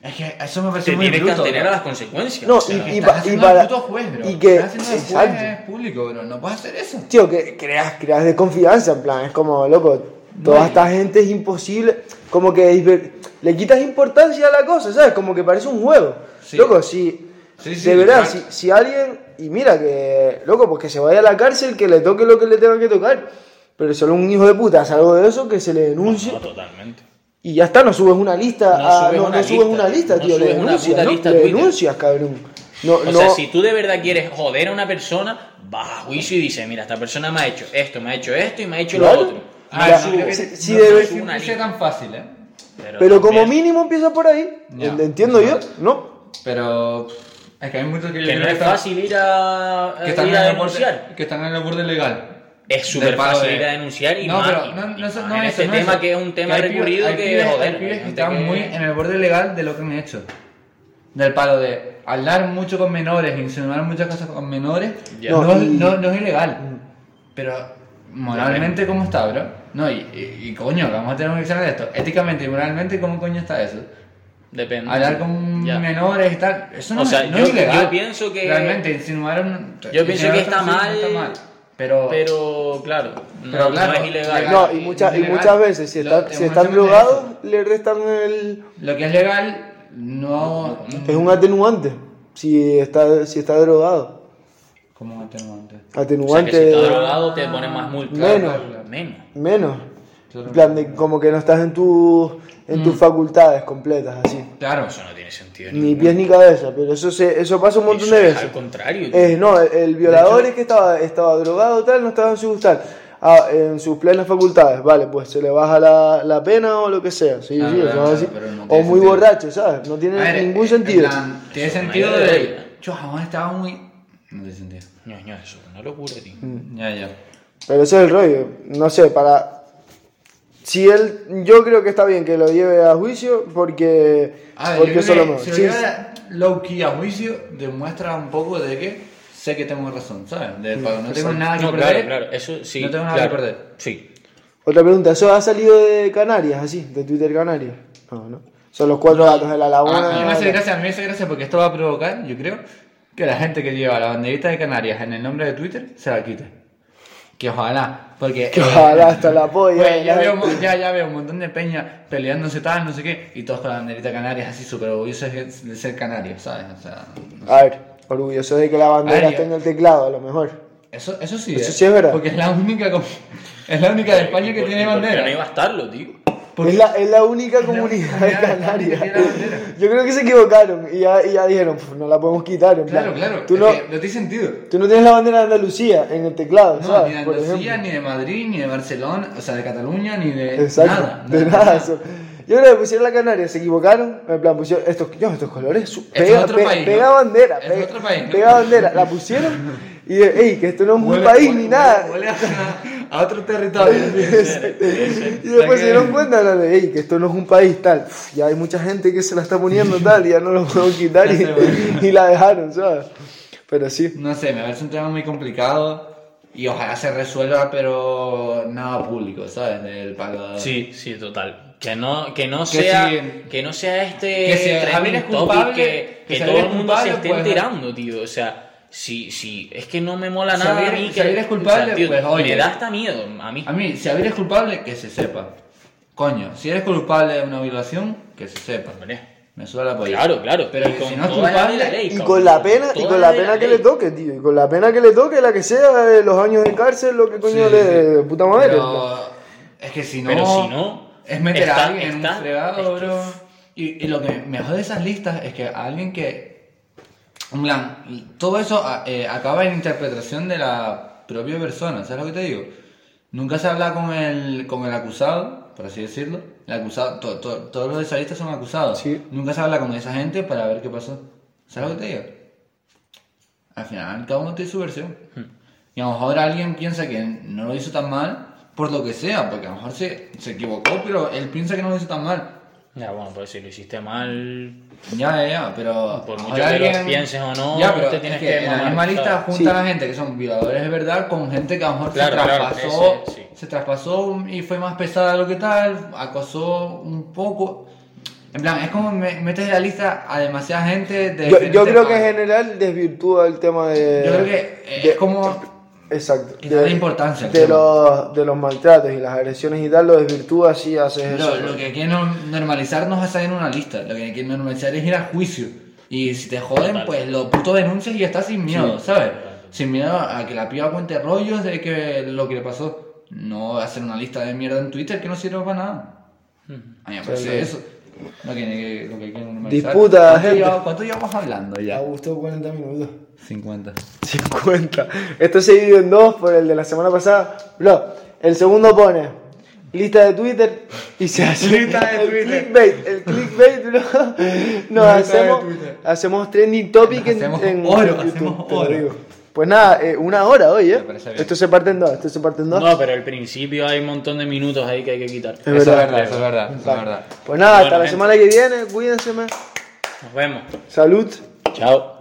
[SPEAKER 2] Es que eso me parece
[SPEAKER 1] Te
[SPEAKER 2] muy
[SPEAKER 1] tienes que
[SPEAKER 2] bruto.
[SPEAKER 1] atener a
[SPEAKER 2] bro.
[SPEAKER 1] las consecuencias.
[SPEAKER 3] No,
[SPEAKER 1] o sea,
[SPEAKER 3] y-
[SPEAKER 2] Que
[SPEAKER 3] y-
[SPEAKER 2] estás
[SPEAKER 3] pa-
[SPEAKER 2] haciendo
[SPEAKER 3] para-
[SPEAKER 2] el puto juez, bro.
[SPEAKER 3] y que-
[SPEAKER 2] Estás haciendo el
[SPEAKER 3] exacto.
[SPEAKER 2] juez público, bro. No puedes hacer eso.
[SPEAKER 3] Tío, que creas, creas desconfianza, en plan, es como, loco, toda
[SPEAKER 2] No.
[SPEAKER 3] esta gente es imposible, como que disver- le quitas importancia a la cosa, ¿sabes? Como que parece un juego.
[SPEAKER 2] Sí.
[SPEAKER 3] Loco, si,
[SPEAKER 2] Sí, sí,
[SPEAKER 3] de verdad, si,
[SPEAKER 2] claro.
[SPEAKER 3] si alguien, y mira que, loco, pues que se vaya a la cárcel, que le toque lo que le tenga que tocar, pero solo un hijo de puta hace algo de eso, que se le denuncie.
[SPEAKER 1] No, totalmente.
[SPEAKER 3] Y ya está, no subes una lista,
[SPEAKER 1] No
[SPEAKER 3] a-
[SPEAKER 1] subes
[SPEAKER 3] no,
[SPEAKER 1] una
[SPEAKER 3] no subes
[SPEAKER 1] lista,
[SPEAKER 3] una lista,
[SPEAKER 1] no
[SPEAKER 3] tío, le
[SPEAKER 1] subes una
[SPEAKER 3] denuncias,
[SPEAKER 1] puta
[SPEAKER 3] ¿no?
[SPEAKER 1] lista a
[SPEAKER 3] le
[SPEAKER 1] Twitter.
[SPEAKER 3] denuncias, cabrón. No,
[SPEAKER 1] O
[SPEAKER 3] no,
[SPEAKER 1] sea, si tú de verdad quieres joder a una persona, vas a juicio y dices, mira, esta persona me ha hecho esto, me ha hecho esto y me ha hecho
[SPEAKER 3] Claro.
[SPEAKER 1] lo otro.
[SPEAKER 2] Ah,
[SPEAKER 3] Ya,
[SPEAKER 2] no creo que-
[SPEAKER 3] si- si
[SPEAKER 2] no
[SPEAKER 3] debe-
[SPEAKER 2] creo que sea tan fácil, eh.
[SPEAKER 3] pero como
[SPEAKER 1] también-
[SPEAKER 3] mínimo empieza por ahí,
[SPEAKER 2] Ya.
[SPEAKER 3] entiendo yo, ¿no.
[SPEAKER 2] Pero pff, es que hay muchos que yo
[SPEAKER 1] Que
[SPEAKER 2] creo
[SPEAKER 1] no es
[SPEAKER 2] están-
[SPEAKER 1] fácil ir a,
[SPEAKER 2] que
[SPEAKER 1] ir
[SPEAKER 2] están,
[SPEAKER 1] a
[SPEAKER 2] en el
[SPEAKER 1] denunciar.
[SPEAKER 2] borde, que están en el borde legal.
[SPEAKER 1] Es súper
[SPEAKER 2] Del palo
[SPEAKER 1] fácil
[SPEAKER 2] de-
[SPEAKER 1] ir a denunciar y
[SPEAKER 2] no,
[SPEAKER 1] más,
[SPEAKER 2] pero
[SPEAKER 1] y-
[SPEAKER 2] no, no,
[SPEAKER 1] y
[SPEAKER 2] eso-
[SPEAKER 1] más
[SPEAKER 2] no
[SPEAKER 1] en
[SPEAKER 2] eso,
[SPEAKER 1] este
[SPEAKER 2] no
[SPEAKER 1] tema
[SPEAKER 2] eso.
[SPEAKER 1] que es un tema
[SPEAKER 2] hay pibes-
[SPEAKER 1] recurrido
[SPEAKER 2] hay
[SPEAKER 1] que,
[SPEAKER 2] pibes-
[SPEAKER 1] joder,
[SPEAKER 2] hay pibes
[SPEAKER 1] hay
[SPEAKER 2] que
[SPEAKER 1] gente
[SPEAKER 2] están
[SPEAKER 1] que-
[SPEAKER 2] muy en el borde legal de lo que han hecho. Del palo de hablar mucho con menores, insinuar muchas cosas con menores,
[SPEAKER 1] Ya.
[SPEAKER 2] no,
[SPEAKER 3] No,
[SPEAKER 2] es-
[SPEAKER 3] y-
[SPEAKER 2] no- no es ilegal. Pero moralmente, ¿cómo está, bro? No, y, y- y coño, vamos a tener un examen de esto. Éticamente y moralmente, ¿cómo coño está eso?
[SPEAKER 1] Depende.
[SPEAKER 2] Hablar con
[SPEAKER 1] Ya.
[SPEAKER 2] menores y tal, eso no,
[SPEAKER 1] O sea,
[SPEAKER 2] no
[SPEAKER 1] yo-
[SPEAKER 2] es ilegal.
[SPEAKER 1] yo pienso que-
[SPEAKER 2] Realmente, insinuar un-
[SPEAKER 1] Yo pienso que
[SPEAKER 2] insinuar
[SPEAKER 1] está
[SPEAKER 2] otro sí, no
[SPEAKER 1] mal,
[SPEAKER 2] Pero,
[SPEAKER 1] Pero claro, no,
[SPEAKER 2] Pero claro,
[SPEAKER 1] no es ilegal.
[SPEAKER 2] legal.
[SPEAKER 3] No, y, muchas y
[SPEAKER 2] Ilegal.
[SPEAKER 3] muchas veces, si,
[SPEAKER 2] Lo-
[SPEAKER 3] está-
[SPEAKER 2] te
[SPEAKER 3] si están
[SPEAKER 2] emociona
[SPEAKER 3] drogados, le restan el.
[SPEAKER 2] lo que es legal no...
[SPEAKER 3] Es un atenuante. Si está, si está drogado.
[SPEAKER 2] ¿Cómo atenuante?
[SPEAKER 1] O sea, que
[SPEAKER 3] Atenuante.
[SPEAKER 1] si estás drogado te ponen más multa.
[SPEAKER 3] Menos.
[SPEAKER 1] Menos.
[SPEAKER 3] menos. En plan, de, como que no estás en, tu, en
[SPEAKER 2] Mm.
[SPEAKER 3] tus facultades completas, así.
[SPEAKER 2] Claro,
[SPEAKER 1] Eso no tiene sentido.
[SPEAKER 3] Ni pies ni cabeza, pero eso se, eso pasa un montón
[SPEAKER 1] Eso
[SPEAKER 3] de
[SPEAKER 1] es
[SPEAKER 3] veces.
[SPEAKER 1] Al contrario.
[SPEAKER 3] Eh, no, el, el violador es que estaba, estaba drogado, tal, no estaba en su tal. Ah, en sus plenas facultades, vale, pues se le baja la, la pena o lo que sea. Sí,
[SPEAKER 2] Claro,
[SPEAKER 3] sí,
[SPEAKER 2] claro,
[SPEAKER 3] o sea, así.
[SPEAKER 2] claro, pero no
[SPEAKER 3] o
[SPEAKER 2] tiene
[SPEAKER 3] muy
[SPEAKER 2] sentido.
[SPEAKER 3] borracho, ¿sabes? No tiene
[SPEAKER 2] A ver, eh,
[SPEAKER 3] ningún
[SPEAKER 2] en
[SPEAKER 3] sentido.
[SPEAKER 2] plan, tiene
[SPEAKER 1] Eso es una
[SPEAKER 2] sentido
[SPEAKER 1] idea de
[SPEAKER 2] de...
[SPEAKER 1] vida.
[SPEAKER 2] Yo jamás estaba muy... No tiene sentido.
[SPEAKER 1] Ño, ño, eso, no lo ocurre, tío.
[SPEAKER 3] Mm.
[SPEAKER 2] Ya, ya.
[SPEAKER 3] Pero ese es el rollo. No sé, para. Si él. Yo creo que está bien que lo lleve a juicio porque.
[SPEAKER 2] A ver,
[SPEAKER 3] porque
[SPEAKER 2] yo
[SPEAKER 3] eso
[SPEAKER 2] creo
[SPEAKER 3] lo
[SPEAKER 2] que
[SPEAKER 3] mejor.
[SPEAKER 2] si lo
[SPEAKER 3] Sí,
[SPEAKER 2] lleva low-key a juicio, demuestra un poco de que sé que tengo razón, ¿sabes? De, cuando no tengo nada Ah, que
[SPEAKER 1] No,
[SPEAKER 2] perder...
[SPEAKER 1] claro, claro. Eso sí.
[SPEAKER 2] No tengo nada que
[SPEAKER 1] claro.
[SPEAKER 2] perder.
[SPEAKER 1] Sí.
[SPEAKER 3] Otra pregunta. ¿Eso ha salido de Canarias, así? ¿De Twitter Canarias? No, no. Son los cuatro gatos de la
[SPEAKER 2] A, a mí Ah, me
[SPEAKER 3] laguna.
[SPEAKER 2] hace gracia, a mí me hace gracia porque esto va a provocar, yo creo, que la gente que lleva la banderita de Canarias en el nombre de Twitter se la quite. Que ojalá, porque...
[SPEAKER 3] Que ojalá, hasta la polla,
[SPEAKER 2] Güey, ya,
[SPEAKER 3] la-
[SPEAKER 2] veo, mo- ya, ya veo un montón de peña peleándose tal, no sé qué, y todos con la banderita de Canarias así súper orgullosos de de ser canarios, ¿sabes? O sea,
[SPEAKER 3] A ver, orgulloso de que la bandera
[SPEAKER 2] Ay,
[SPEAKER 3] esté
[SPEAKER 2] yo-
[SPEAKER 3] en el teclado, a lo mejor.
[SPEAKER 2] eso, eso sí ¿eh?
[SPEAKER 3] Eso sí es verdad.
[SPEAKER 2] Porque es la única, com- es la única de España
[SPEAKER 1] ¿Y
[SPEAKER 2] que
[SPEAKER 1] por- y
[SPEAKER 2] tiene
[SPEAKER 1] por qué
[SPEAKER 2] bandera.
[SPEAKER 1] no iba a estarlo, tío.
[SPEAKER 2] Porque-
[SPEAKER 3] Es la, es la única comunidad de
[SPEAKER 2] comunidad,
[SPEAKER 3] Canarias.
[SPEAKER 2] tiene la bandera.
[SPEAKER 3] Yo creo que se equivocaron y ya, y ya dijeron, "Pf, no la podemos quitar. En
[SPEAKER 2] Claro,
[SPEAKER 3] plan,
[SPEAKER 2] claro.
[SPEAKER 3] Tú
[SPEAKER 2] es
[SPEAKER 3] no,
[SPEAKER 2] que no tiene sentido.
[SPEAKER 3] tú no tienes la bandera de Andalucía en el teclado,
[SPEAKER 2] No,
[SPEAKER 3] ¿sabes?
[SPEAKER 2] ni de
[SPEAKER 3] Por
[SPEAKER 2] Andalucía,
[SPEAKER 3] ejemplo.
[SPEAKER 2] ni de Madrid, ni de Barcelona, o sea, de Cataluña, ni de
[SPEAKER 3] Exacto,
[SPEAKER 2] nada.
[SPEAKER 3] de nada. eso. Yo creo que pusieron la Canaria, se equivocaron. En plan, pusieron estos, no, estos colores. su-
[SPEAKER 2] Es
[SPEAKER 3] Pega,
[SPEAKER 2] otro
[SPEAKER 3] pe-
[SPEAKER 2] país, ¿no?
[SPEAKER 3] pega bandera,
[SPEAKER 2] Es
[SPEAKER 3] pega,
[SPEAKER 2] otro país, ¿no?
[SPEAKER 3] pega bandera. La pusieron y, ey, que esto no es un
[SPEAKER 2] Huele-
[SPEAKER 3] país
[SPEAKER 2] huele-
[SPEAKER 3] ni nada.
[SPEAKER 2] huele a, a otro territorio.
[SPEAKER 3] Y después
[SPEAKER 2] que-
[SPEAKER 3] se dieron cuenta la de "Ey, que esto no es un país tal. Uf, ya hay mucha gente que se la está poniendo tal, y ya no lo puedo quitar y, y la dejaron, ¿sabes? Pero sí.
[SPEAKER 2] No sé, me parece un tema muy complicado y ojalá se resuelva, pero nada público, ¿sabes? Del palo.
[SPEAKER 1] Sí, sí, total. Que no, que no
[SPEAKER 2] Que
[SPEAKER 1] sea
[SPEAKER 2] si-
[SPEAKER 1] que no sea este
[SPEAKER 2] que si
[SPEAKER 1] trending
[SPEAKER 2] Javier es
[SPEAKER 1] topic
[SPEAKER 2] culpable,
[SPEAKER 1] que,
[SPEAKER 2] que
[SPEAKER 1] que
[SPEAKER 2] si
[SPEAKER 1] todo
[SPEAKER 2] Javier
[SPEAKER 1] el
[SPEAKER 2] es
[SPEAKER 1] mundo se
[SPEAKER 2] culpable,
[SPEAKER 1] esté
[SPEAKER 2] pues,
[SPEAKER 1] enterando, tío. O sea, si, si, es que no me mola
[SPEAKER 2] Si
[SPEAKER 1] nada
[SPEAKER 2] Javier-
[SPEAKER 1] a mí
[SPEAKER 2] si
[SPEAKER 1] que
[SPEAKER 2] Javier es culpable,
[SPEAKER 1] o sea, tío,
[SPEAKER 2] pues, oye.
[SPEAKER 1] me da hasta miedo a mí.
[SPEAKER 2] A mí, si Javier es culpable, que se sepa. Coño, si eres culpable de una violación, que se sepa.
[SPEAKER 1] Hombre.
[SPEAKER 2] Me suda la polla.
[SPEAKER 1] Claro, claro.
[SPEAKER 2] Pero
[SPEAKER 1] y
[SPEAKER 2] que
[SPEAKER 1] con
[SPEAKER 2] si no es
[SPEAKER 1] toda la de la
[SPEAKER 2] culpable,
[SPEAKER 1] ley,
[SPEAKER 3] Y
[SPEAKER 1] cabrón,
[SPEAKER 3] con la pena, y
[SPEAKER 1] toda
[SPEAKER 3] con la
[SPEAKER 1] de
[SPEAKER 3] pena que
[SPEAKER 1] ley.
[SPEAKER 3] le toque, tío. Y con la pena que le toque, la que sea, eh, los años de cárcel, lo que coño
[SPEAKER 2] Sí,
[SPEAKER 3] le. puta madre.
[SPEAKER 2] Pero es que si no,
[SPEAKER 1] Pero si no,
[SPEAKER 2] es meter a
[SPEAKER 1] está-
[SPEAKER 2] alguien en
[SPEAKER 1] está-
[SPEAKER 2] un fregado,
[SPEAKER 1] es que-
[SPEAKER 2] bro. Y, y lo que me jode de esas listas es que a alguien que. En plan, todo eso a- eh, acaba en interpretación de la propia persona, ¿sabes lo que te digo? Nunca se habla con el, con el acusado, por así decirlo. El acusado, to- to- todos los de esa lista son acusados.
[SPEAKER 3] Sí.
[SPEAKER 2] Nunca se habla con esa gente para ver qué pasó. ¿Sabes lo que te digo? Al final, cada uno tiene su versión. Y a lo mejor alguien piensa que no lo hizo tan mal, por lo que sea, porque a lo mejor se, se equivocó, pero él piensa que no lo hizo tan mal.
[SPEAKER 1] Ya, bueno, pues si lo hiciste mal,
[SPEAKER 2] Ya, ya, ya, pero.
[SPEAKER 1] Por
[SPEAKER 2] a lo
[SPEAKER 1] mucho
[SPEAKER 2] mejor
[SPEAKER 1] que lo pienses o no,
[SPEAKER 2] ya, pero
[SPEAKER 1] te
[SPEAKER 2] es
[SPEAKER 1] tienes
[SPEAKER 2] que,
[SPEAKER 1] que
[SPEAKER 2] en la
[SPEAKER 1] mamar,
[SPEAKER 2] misma lista
[SPEAKER 1] ¿sabes?
[SPEAKER 2] juntan
[SPEAKER 3] Sí.
[SPEAKER 2] a gente que son violadores de verdad con gente que a lo mejor
[SPEAKER 1] Claro,
[SPEAKER 2] se
[SPEAKER 1] claro,
[SPEAKER 2] traspasó,
[SPEAKER 1] ese, sí.
[SPEAKER 2] se traspasó y fue más pesada de lo que tal, acosó un poco. En plan, es como me- metes en la lista a demasiada gente de.
[SPEAKER 3] Yo, yo
[SPEAKER 2] diferentes
[SPEAKER 3] creo que en
[SPEAKER 2] bandos.
[SPEAKER 3] general desvirtúa el tema de.
[SPEAKER 2] Yo creo que eh,
[SPEAKER 3] de-
[SPEAKER 2] es como.
[SPEAKER 3] Exacto.
[SPEAKER 2] que da importancia al
[SPEAKER 3] de
[SPEAKER 2] tema.
[SPEAKER 3] los, de los maltratos y las agresiones y tal, lo desvirtúa si haces eso.
[SPEAKER 2] Lo, lo que quieren norm- normalizar no es hacer en una lista, lo que quieren normalizar es ir a juicio. Y si te joden, pues lo puto denuncias y ya estás sin miedo, ¿sabes? Sin miedo a que la piba cuente rollos de que lo que le pasó. No hacer una lista de mierda en Twitter que no sirve para nada. A mí me parece eso. Lo que, lo que quieren normalizar.
[SPEAKER 3] Disputa,
[SPEAKER 2] ¿Cuánto,
[SPEAKER 3] gente.
[SPEAKER 2] lleva- cuánto llevamos hablando ya?
[SPEAKER 3] Augusto, 40 minutos.
[SPEAKER 2] 50.
[SPEAKER 3] 50. Esto se divide en dos por el de la semana pasada. Bro, el segundo pone lista de Twitter y se hace
[SPEAKER 2] Lista de
[SPEAKER 3] el
[SPEAKER 2] Twitter.
[SPEAKER 3] clickbait. El clickbait, bro. Nos hacemos,
[SPEAKER 2] Twitter.
[SPEAKER 3] hacemos trending topic
[SPEAKER 2] Nos
[SPEAKER 3] en,
[SPEAKER 2] hacemos
[SPEAKER 3] en
[SPEAKER 2] oro,
[SPEAKER 3] YouTube,
[SPEAKER 2] hacemos
[SPEAKER 3] te lo
[SPEAKER 2] oro.
[SPEAKER 3] digo. Pues nada, eh, una hora hoy, ¿eh?
[SPEAKER 2] Me parece bien.
[SPEAKER 3] Esto se parte en dos, esto se parte en dos.
[SPEAKER 1] No, pero al principio hay un montón de minutos ahí que hay que quitar.
[SPEAKER 3] Es verdad.
[SPEAKER 2] eso es verdad, eso es verdad.
[SPEAKER 3] Pues nada, hasta
[SPEAKER 1] Bueno,
[SPEAKER 3] la
[SPEAKER 1] gente.
[SPEAKER 3] semana que viene, cuídense, man.
[SPEAKER 1] Nos vemos.
[SPEAKER 3] salud.
[SPEAKER 1] Chao.